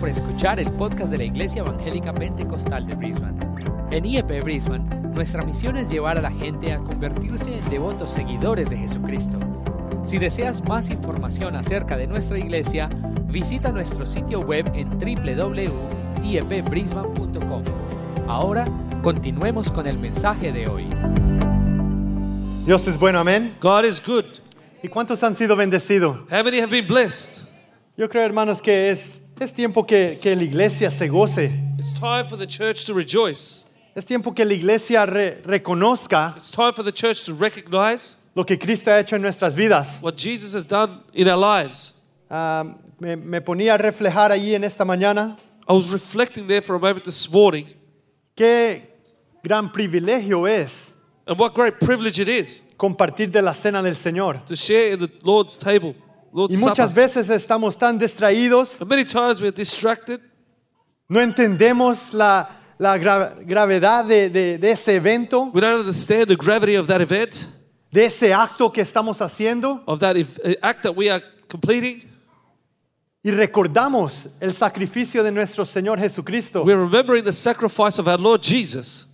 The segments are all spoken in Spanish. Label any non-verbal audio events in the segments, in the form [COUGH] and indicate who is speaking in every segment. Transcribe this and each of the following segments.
Speaker 1: por escuchar el podcast de la Iglesia Evangélica Pentecostal de Brisbane. En IEP Brisbane, nuestra misión es llevar a la gente a convertirse en devotos seguidores de Jesucristo. Si deseas más información acerca de nuestra iglesia, visita nuestro sitio web en E www.iepbrisbane.com. Ahora, continuemos con el mensaje de hoy.
Speaker 2: Dios es bueno, amén.
Speaker 3: God is good.
Speaker 2: ¿Y cuántos han sido bendecidos?
Speaker 3: How many have been blessed?
Speaker 2: Yo creo, hermanos, que es, es tiempo que, que la iglesia se goce.
Speaker 3: It's time for the church to rejoice.
Speaker 2: Es tiempo que la iglesia re- reconozca
Speaker 3: It's time for the church to recognize
Speaker 2: lo que Cristo ha hecho en nuestras vidas.
Speaker 3: what Jesus has done in our lives.
Speaker 2: Ah, me, me ponía a reflejar allí en esta mañana
Speaker 3: I was reflecting there for a moment this morning
Speaker 2: qué gran privilegio es
Speaker 3: and what great privilege it is
Speaker 2: compartir de la cena del Señor.
Speaker 3: to share in the Lord's table,
Speaker 2: Y
Speaker 3: Lord's
Speaker 2: muchas
Speaker 3: supper.
Speaker 2: veces estamos tan distraídos,
Speaker 3: And many times we're distracted.
Speaker 2: no entendemos la, la gra- gravedad de- de- de ese evento,
Speaker 3: We don't understand the gravity of that event,
Speaker 2: de ese acto que estamos haciendo.
Speaker 3: of that ev- uh, act that we are completing.
Speaker 2: Y recordamos el sacrificio de nuestro Señor Jesucristo.
Speaker 3: We're remembering the sacrifice of our Lord Jesus.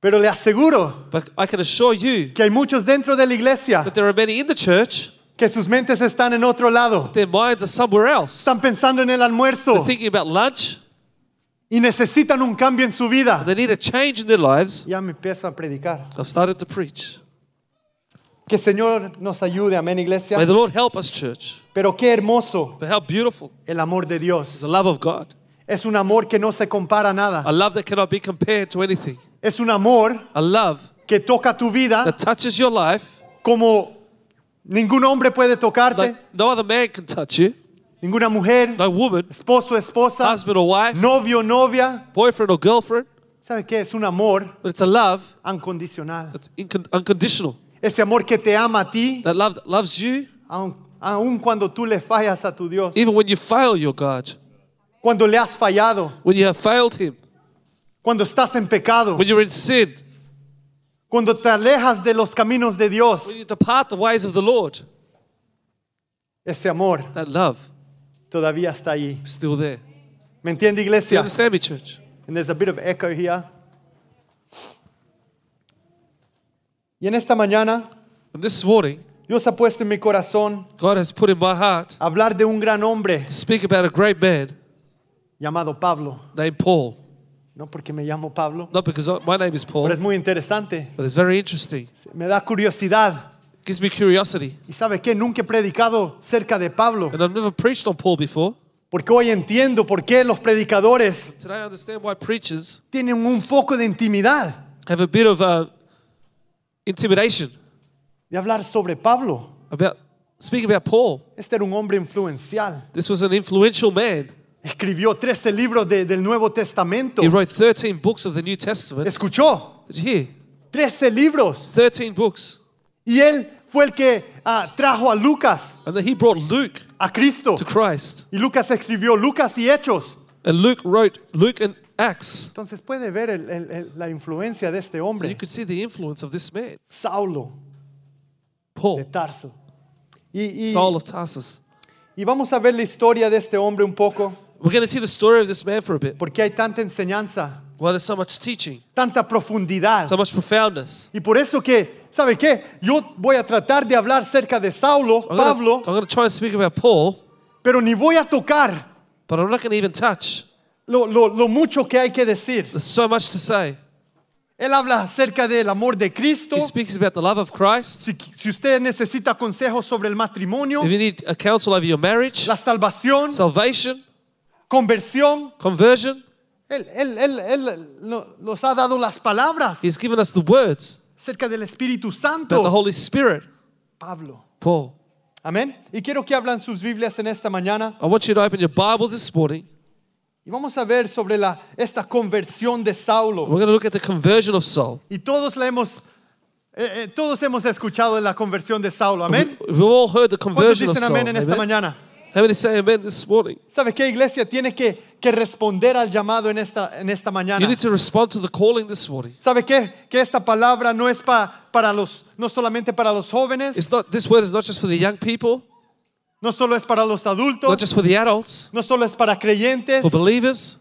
Speaker 2: Pero le aseguro
Speaker 3: But I can assure you
Speaker 2: que hay muchos dentro de la iglesia
Speaker 3: that there are many in the church,
Speaker 2: que sus mentes están en otro lado.
Speaker 3: their minds are somewhere else.
Speaker 2: Están pensando en el
Speaker 3: They're
Speaker 2: almuerzo
Speaker 3: thinking about lunch.
Speaker 2: y necesitan un cambio en su vida.
Speaker 3: They need a change in their lives.
Speaker 2: Ya me empiezo a predicar.
Speaker 3: I've started to preach.
Speaker 2: Que el Señor nos ayude, amén, iglesia.
Speaker 3: May the Lord help us, church.
Speaker 2: Pero qué hermoso
Speaker 3: But how beautiful
Speaker 2: el amor de
Speaker 3: is
Speaker 2: Dios.
Speaker 3: the love of God.
Speaker 2: Es un amor que no se compara a
Speaker 3: A
Speaker 2: nada.
Speaker 3: love that cannot be compared to anything.
Speaker 2: Es un amor
Speaker 3: A love
Speaker 2: que toca tu vida
Speaker 3: that touches your life
Speaker 2: como ningún hombre puede tocarte,
Speaker 3: like no other man can touch you.
Speaker 2: ninguna mujer,
Speaker 3: No woman,
Speaker 2: esposo, esposa,
Speaker 3: husband or wife,
Speaker 2: novio, novia.
Speaker 3: boyfriend or girlfriend.
Speaker 2: ¿Sabe qué? Es un amor
Speaker 3: But it's a love
Speaker 2: incondicional.
Speaker 3: that's incon- unconditional.
Speaker 2: Ese amor que te ama a ti,
Speaker 3: That love that loves you
Speaker 2: aun, aun cuando tú le fallas a tu Dios,
Speaker 3: even when you fail your God.
Speaker 2: cuando le has fallado,
Speaker 3: When you have failed Him.
Speaker 2: cuando estás en pecado,
Speaker 3: When you're in sin.
Speaker 2: cuando te alejas de los caminos de
Speaker 3: When
Speaker 2: Dios.
Speaker 3: you depart the ways of the Lord.
Speaker 2: Ese amor
Speaker 3: That love
Speaker 2: todavía está ahí.
Speaker 3: is still there.
Speaker 2: ¿Me entiende,
Speaker 3: Do you
Speaker 2: iglesia?
Speaker 3: understand me, church?
Speaker 2: And there's a bit of echo here. Y en esta mañana,
Speaker 3: And this morning,
Speaker 2: Dios ha puesto en mi corazón
Speaker 3: God has put in my heart
Speaker 2: hablar de un gran hombre
Speaker 3: to speak about a great man
Speaker 2: llamado Pablo.
Speaker 3: named Paul.
Speaker 2: No porque me llamo Pablo,
Speaker 3: Not because I- my name is Paul,
Speaker 2: pero es muy interesante.
Speaker 3: but it's very interesting.
Speaker 2: Me da curiosidad.
Speaker 3: It gives me curiosity.
Speaker 2: Y sabe qué, nunca he predicado cerca de Pablo,
Speaker 3: And I've never preached on Paul before.
Speaker 2: porque hoy entiendo por qué los predicadores
Speaker 3: Today I understand why preachers
Speaker 2: tienen un poco de intimidad
Speaker 3: have a bit of uh, intimidation
Speaker 2: de hablar sobre Pablo.
Speaker 3: about speaking about Paul.
Speaker 2: Este era un hombre influencial.
Speaker 3: This was an influential man.
Speaker 2: Escribió 13 libros de- del Nuevo Testamento.
Speaker 3: He wrote 13 books of the New Testament.
Speaker 2: Escuchó,
Speaker 3: Did you hear?
Speaker 2: 13 libros.
Speaker 3: 13 books.
Speaker 2: Y él fue el que ah, trajo a Lucas,
Speaker 3: And then he brought Luke
Speaker 2: a Cristo.
Speaker 3: to Christ.
Speaker 2: Y Lucas escribió Lucas y Hechos.
Speaker 3: And Luke wrote Luke and Acts.
Speaker 2: Entonces puede ver el- el- el- la influencia de este
Speaker 3: So you
Speaker 2: hombre,
Speaker 3: could see the influence of this man,
Speaker 2: Saulo de
Speaker 3: Paul,
Speaker 2: Tarso. Y- y-
Speaker 3: Saul of Tarsus.
Speaker 2: y vamos a ver la historia de este hombre un poco.
Speaker 3: We're going to see the story of this man for a bit.
Speaker 2: Porque hay tanta enseñanza,
Speaker 3: Why there's so much teaching,
Speaker 2: tanta profundidad.
Speaker 3: so much profoundness.
Speaker 2: Y por eso que, ¿sabe qué? Yo voy a tratar de hablar cerca de Saulo,
Speaker 3: I'm gonna-
Speaker 2: Pablo,
Speaker 3: I'm going to try and speak about Paul,
Speaker 2: pero ni voy a tocar
Speaker 3: but I'm not going to even touch.
Speaker 2: lo, lo- lo mucho que hay que decir.
Speaker 3: There's so much to say.
Speaker 2: Él habla acerca del amor de Cristo.
Speaker 3: He speaks about the love of Christ.
Speaker 2: Si, si usted necesita consejos sobre el matrimonio,
Speaker 3: If you need a counsel over your marriage,
Speaker 2: la salvación,
Speaker 3: salvation,
Speaker 2: conversión,
Speaker 3: conversion,
Speaker 2: él, él- él- él lo- nos ha dado las palabras
Speaker 3: he's given us the words
Speaker 2: acerca del Espíritu
Speaker 3: about the
Speaker 2: Santo.
Speaker 3: Holy Spirit.
Speaker 2: Pablo.
Speaker 3: Paul,
Speaker 2: Amén. Y quiero que hablan sus Biblias en esta mañana.
Speaker 3: I want you to open your Bibles this morning.
Speaker 2: Y vamos a ver sobre la, esta conversión de Saulo.
Speaker 3: We're going to look at the conversion of Saul.
Speaker 2: Y todos la hemos, eh, eh, todos hemos escuchado de la conversión de Saulo. Amén.
Speaker 3: We've all heard the
Speaker 2: ¿Cuántos
Speaker 3: conversion of
Speaker 2: dicen
Speaker 3: Saul.
Speaker 2: amén en esta
Speaker 3: Amen.
Speaker 2: mañana?
Speaker 3: How many say amen this morning?
Speaker 2: ¿Sabe qué iglesia tiene que, que responder al llamado en esta, en esta
Speaker 3: You
Speaker 2: mañana?
Speaker 3: need to respond to the calling this morning.
Speaker 2: ¿Sabe qué? Que esta palabra no es pa- para los, no solamente para los jóvenes,
Speaker 3: It's not this word is not just for the young people,
Speaker 2: No solo es para los
Speaker 3: not
Speaker 2: adultos,
Speaker 3: just for the adults,
Speaker 2: no solo es para creyentes,
Speaker 3: for believers,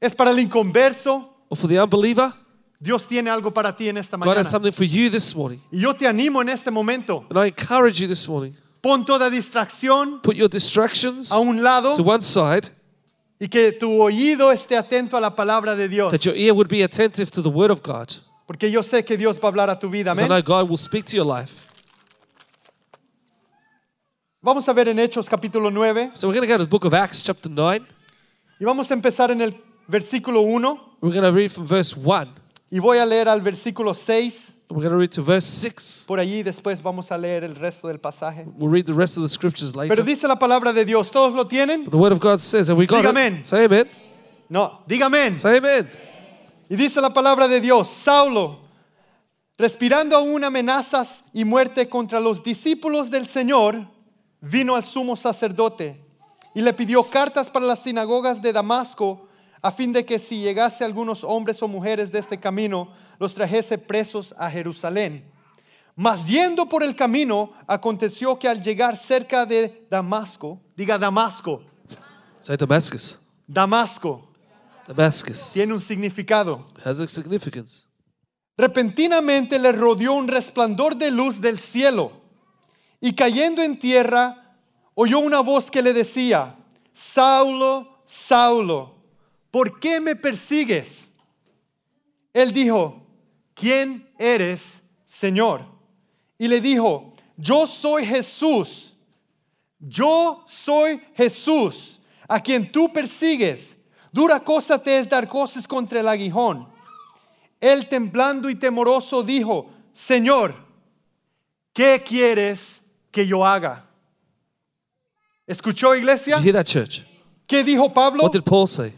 Speaker 2: es para el inconverso.
Speaker 3: or for the unbeliever.
Speaker 2: Dios tiene algo para ti en esta
Speaker 3: God
Speaker 2: mañana.
Speaker 3: has something for you this morning.
Speaker 2: Y yo te animo en este momento.
Speaker 3: And I encourage you this morning
Speaker 2: Pon toda distracción
Speaker 3: put your distractions
Speaker 2: a un lado
Speaker 3: to one side,
Speaker 2: y que tu oído esté atento a la palabra de Dios.
Speaker 3: that your ear would be attentive to the word of God.
Speaker 2: Porque yo sé que Dios va a hablar a tu vida.
Speaker 3: 'Cause I
Speaker 2: Amén.
Speaker 3: know God will speak to your life.
Speaker 2: Vamos a ver en Hechos capítulo 9
Speaker 3: So we're going to go to the book of Acts, chapter 9.
Speaker 2: y vamos a empezar en el versículo 1
Speaker 3: We're going to read from verse 1. and
Speaker 2: y voy a leer al versículo 6
Speaker 3: We're going to read to verse 6.
Speaker 2: por allí y después vamos a leer el resto del pasaje.
Speaker 3: We'll read the rest of the scriptures later.
Speaker 2: Pero dice la palabra de Dios, ¿todos lo tienen?
Speaker 3: But the word of God says, have we got
Speaker 2: Diga
Speaker 3: it?
Speaker 2: amen.
Speaker 3: Say amen.
Speaker 2: No, diga amén.
Speaker 3: Say amen.
Speaker 2: Y dice la palabra de Dios, Saulo, respirando aún amenazas y muerte contra los discípulos del Señor, vino al sumo sacerdote y le pidió cartas para las sinagogas de Damasco a fin de que si llegase algunos hombres o mujeres de este camino, los trajese presos a Jerusalén. Mas yendo por el camino, aconteció que al llegar cerca de Damasco, diga Damasco,
Speaker 3: Say Damascus.
Speaker 2: Damasco
Speaker 3: Damascus
Speaker 2: tiene un significado.
Speaker 3: has a significance.
Speaker 2: Repentinamente le rodeó un resplandor de luz del cielo y cayendo en tierra oyó una voz que le decía, Saulo, Saulo, ¿por qué me persigues? Él dijo, ¿quién eres, Señor? Y le dijo, yo soy Jesús, yo soy Jesús, a quien tú persigues. Dura cosa te es dar cosas contra el aguijón. Él temblando y temoroso dijo, Señor, ¿qué quieres que yo haga? ¿Escuchó iglesia?
Speaker 3: Did you hear that, church?
Speaker 2: ¿Qué dijo Pablo?
Speaker 3: What did Paul say?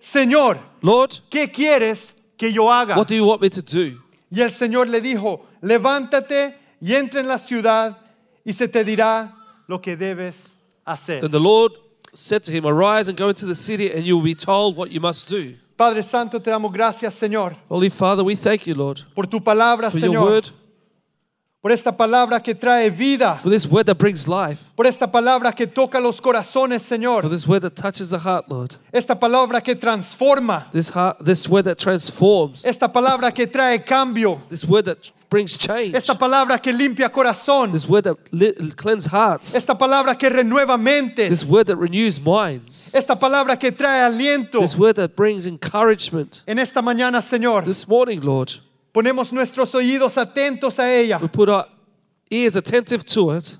Speaker 2: Señor,
Speaker 3: Lord,
Speaker 2: ¿qué quieres que yo haga?
Speaker 3: what do you want me to do?
Speaker 2: Y el Señor le dijo, levántate y entra en la ciudad y se te dirá lo que debes hacer.
Speaker 3: Then the Lord said to him, Arise and go into the city, and you will be told what you must do.
Speaker 2: Padre Santo, te damos gracias, Señor,
Speaker 3: Holy Father, we thank you, Lord,
Speaker 2: por tu palabra,
Speaker 3: for your
Speaker 2: Señor,
Speaker 3: word,
Speaker 2: por esta palabra que trae vida,
Speaker 3: for this word that brings life,
Speaker 2: por esta palabra que toca los corazones,
Speaker 3: for
Speaker 2: Señor,
Speaker 3: this word that touches the heart, Lord.
Speaker 2: esta palabra que transforma,
Speaker 3: This heart, this word that transforms,
Speaker 2: esta palabra que trae cambio,
Speaker 3: this word that brings change,
Speaker 2: esta palabra que limpia corazón,
Speaker 3: this word that li- cleanses hearts,
Speaker 2: esta palabra que renueva mentes,
Speaker 3: this word that renews minds,
Speaker 2: esta palabra que trae aliento.
Speaker 3: this word that brings encouragement.
Speaker 2: En esta mañana, Señor,
Speaker 3: This morning, Lord,
Speaker 2: Ponemos nuestros oídos atentos a ella
Speaker 3: we put our ears attentive to it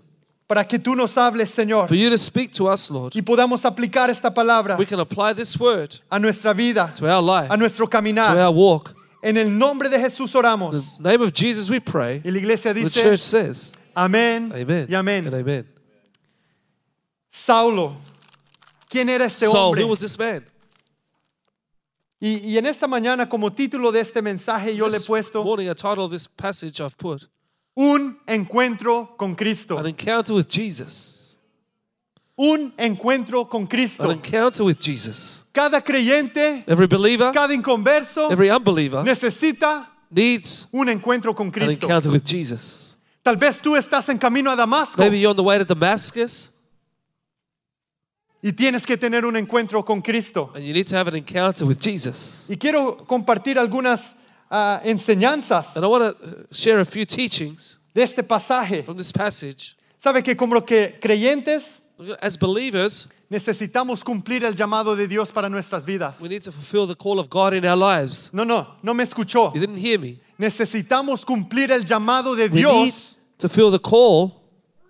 Speaker 2: para que tú nos hables, Señor,
Speaker 3: for you to speak to us, Lord.
Speaker 2: y podamos aplicar esta palabra
Speaker 3: We can apply this word
Speaker 2: a nuestra vida,
Speaker 3: to our life,
Speaker 2: a
Speaker 3: to
Speaker 2: nuestro caminar.
Speaker 3: our walk.
Speaker 2: En el nombre de Jesús oramos.
Speaker 3: In the name of Jesus, we pray.
Speaker 2: Y la iglesia
Speaker 3: The church
Speaker 2: dice,
Speaker 3: says,
Speaker 2: amén
Speaker 3: Amen.
Speaker 2: y
Speaker 3: And
Speaker 2: amén.
Speaker 3: amen.
Speaker 2: Saulo, ¿quién era este
Speaker 3: Saul,
Speaker 2: hombre?
Speaker 3: who was this man?
Speaker 2: Y, y en esta mañana, como título de este mensaje, yo le he
Speaker 3: This
Speaker 2: puesto
Speaker 3: morning, a title of this passage I've put
Speaker 2: un encuentro con Cristo.
Speaker 3: An Encounter with Jesus.
Speaker 2: Un encuentro con
Speaker 3: An
Speaker 2: Cristo.
Speaker 3: encounter with Jesus.
Speaker 2: Cada creyente,
Speaker 3: Every believer,
Speaker 2: cada inconverso
Speaker 3: every unbeliever
Speaker 2: necesita
Speaker 3: needs
Speaker 2: un encuentro con
Speaker 3: an
Speaker 2: Cristo.
Speaker 3: encounter with Jesus.
Speaker 2: Tal vez tú estás en camino a Damasco
Speaker 3: Maybe you're on the way to Damascus
Speaker 2: y tienes que tener un encuentro con Cristo.
Speaker 3: and you need to have an encounter with Jesus.
Speaker 2: Y quiero compartir algunas ah, enseñanzas
Speaker 3: And I want to share a few teachings
Speaker 2: de este pasaje.
Speaker 3: from this passage.
Speaker 2: Sabe que como que creyentes
Speaker 3: As believers,
Speaker 2: necesitamos cumplir el llamado de Dios para nuestras vidas.
Speaker 3: we need to fulfill the call of God in our lives.
Speaker 2: No, no, no me escuchó.
Speaker 3: You didn't hear me.
Speaker 2: Necesitamos cumplir el llamado de
Speaker 3: We need
Speaker 2: Dios
Speaker 3: to feel the call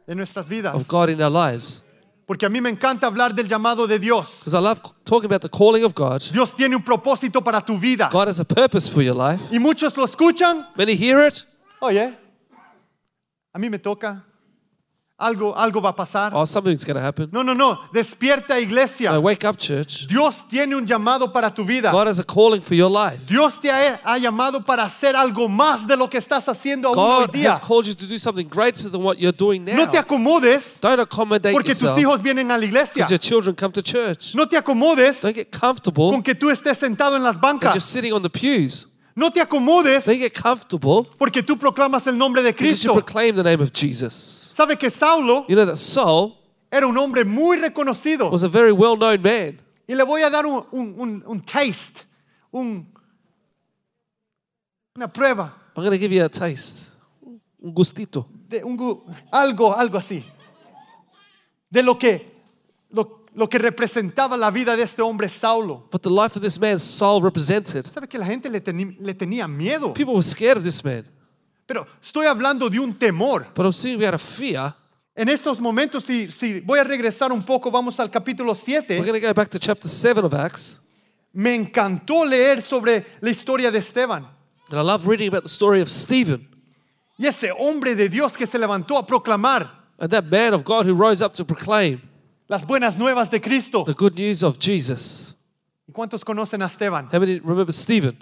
Speaker 2: de nuestras vidas.
Speaker 3: of God in our lives.
Speaker 2: Porque a mí me encanta hablar del llamado de Dios.
Speaker 3: Because I love talking about the calling of God.
Speaker 2: Dios tiene un propósito para tu vida.
Speaker 3: God has a purpose for your life.
Speaker 2: Y muchos lo escuchan
Speaker 3: Many hear it.
Speaker 2: Oye, a mí me toca. Algo, algo va a pasar.
Speaker 3: Oh, something's going to happen.
Speaker 2: No, no, no. Despierta,
Speaker 3: No,
Speaker 2: iglesia.
Speaker 3: wake up, church.
Speaker 2: Dios tiene un llamado para tu vida.
Speaker 3: God has a calling for your life.
Speaker 2: Dios te ha, ha llamado para hacer algo más de lo que estás haciendo aún hoy
Speaker 3: God
Speaker 2: día.
Speaker 3: has called you to do something greater than what you're doing
Speaker 2: No te
Speaker 3: now.
Speaker 2: acomodes
Speaker 3: Don't accommodate
Speaker 2: porque tus
Speaker 3: yourself
Speaker 2: hijos vienen a la iglesia.
Speaker 3: because your children come to church.
Speaker 2: No te acomodes
Speaker 3: Don't get
Speaker 2: con
Speaker 3: comfortable
Speaker 2: que tú estés sentado en las
Speaker 3: because you're
Speaker 2: bancas.
Speaker 3: sitting on the pews.
Speaker 2: No te acomodes
Speaker 3: Don't get comfortable
Speaker 2: porque tú proclamas el nombre de
Speaker 3: because you
Speaker 2: Cristo.
Speaker 3: proclaim the name of Jesus.
Speaker 2: ¿Sabe que Saulo
Speaker 3: You know that Saul,
Speaker 2: Era un hombre muy reconocido.
Speaker 3: was a very well known man.
Speaker 2: Y le voy a dar un, un- un- un taste, un- una prueba,
Speaker 3: I'm going to give you a taste. Un gustito.
Speaker 2: de un gu- algo, algo así, de lo que, lo, lo que representaba la vida de este hombre Saulo.
Speaker 3: But the life of this man, Saul, represented.
Speaker 2: ¿Sabe que la gente le, teni- le tenía miedo?
Speaker 3: People were scared of this man.
Speaker 2: Pero estoy hablando de un temor.
Speaker 3: But I'm seeing we had a fear.
Speaker 2: En estos momentos, si, si voy a regresar un poco, vamos al capítulo
Speaker 3: We're
Speaker 2: 7.
Speaker 3: going to go back to chapter 7 of Acts.
Speaker 2: Me encantó leer sobre la historia de Esteban.
Speaker 3: And I love reading about the story of Stephen
Speaker 2: Y ese hombre de Dios que se levantó a proclamar
Speaker 3: and that man of God who rose up to proclaim
Speaker 2: las buenas nuevas de Cristo.
Speaker 3: the good news of Jesus.
Speaker 2: ¿Y cuántos conocen a Esteban?
Speaker 3: How many remember Stephen?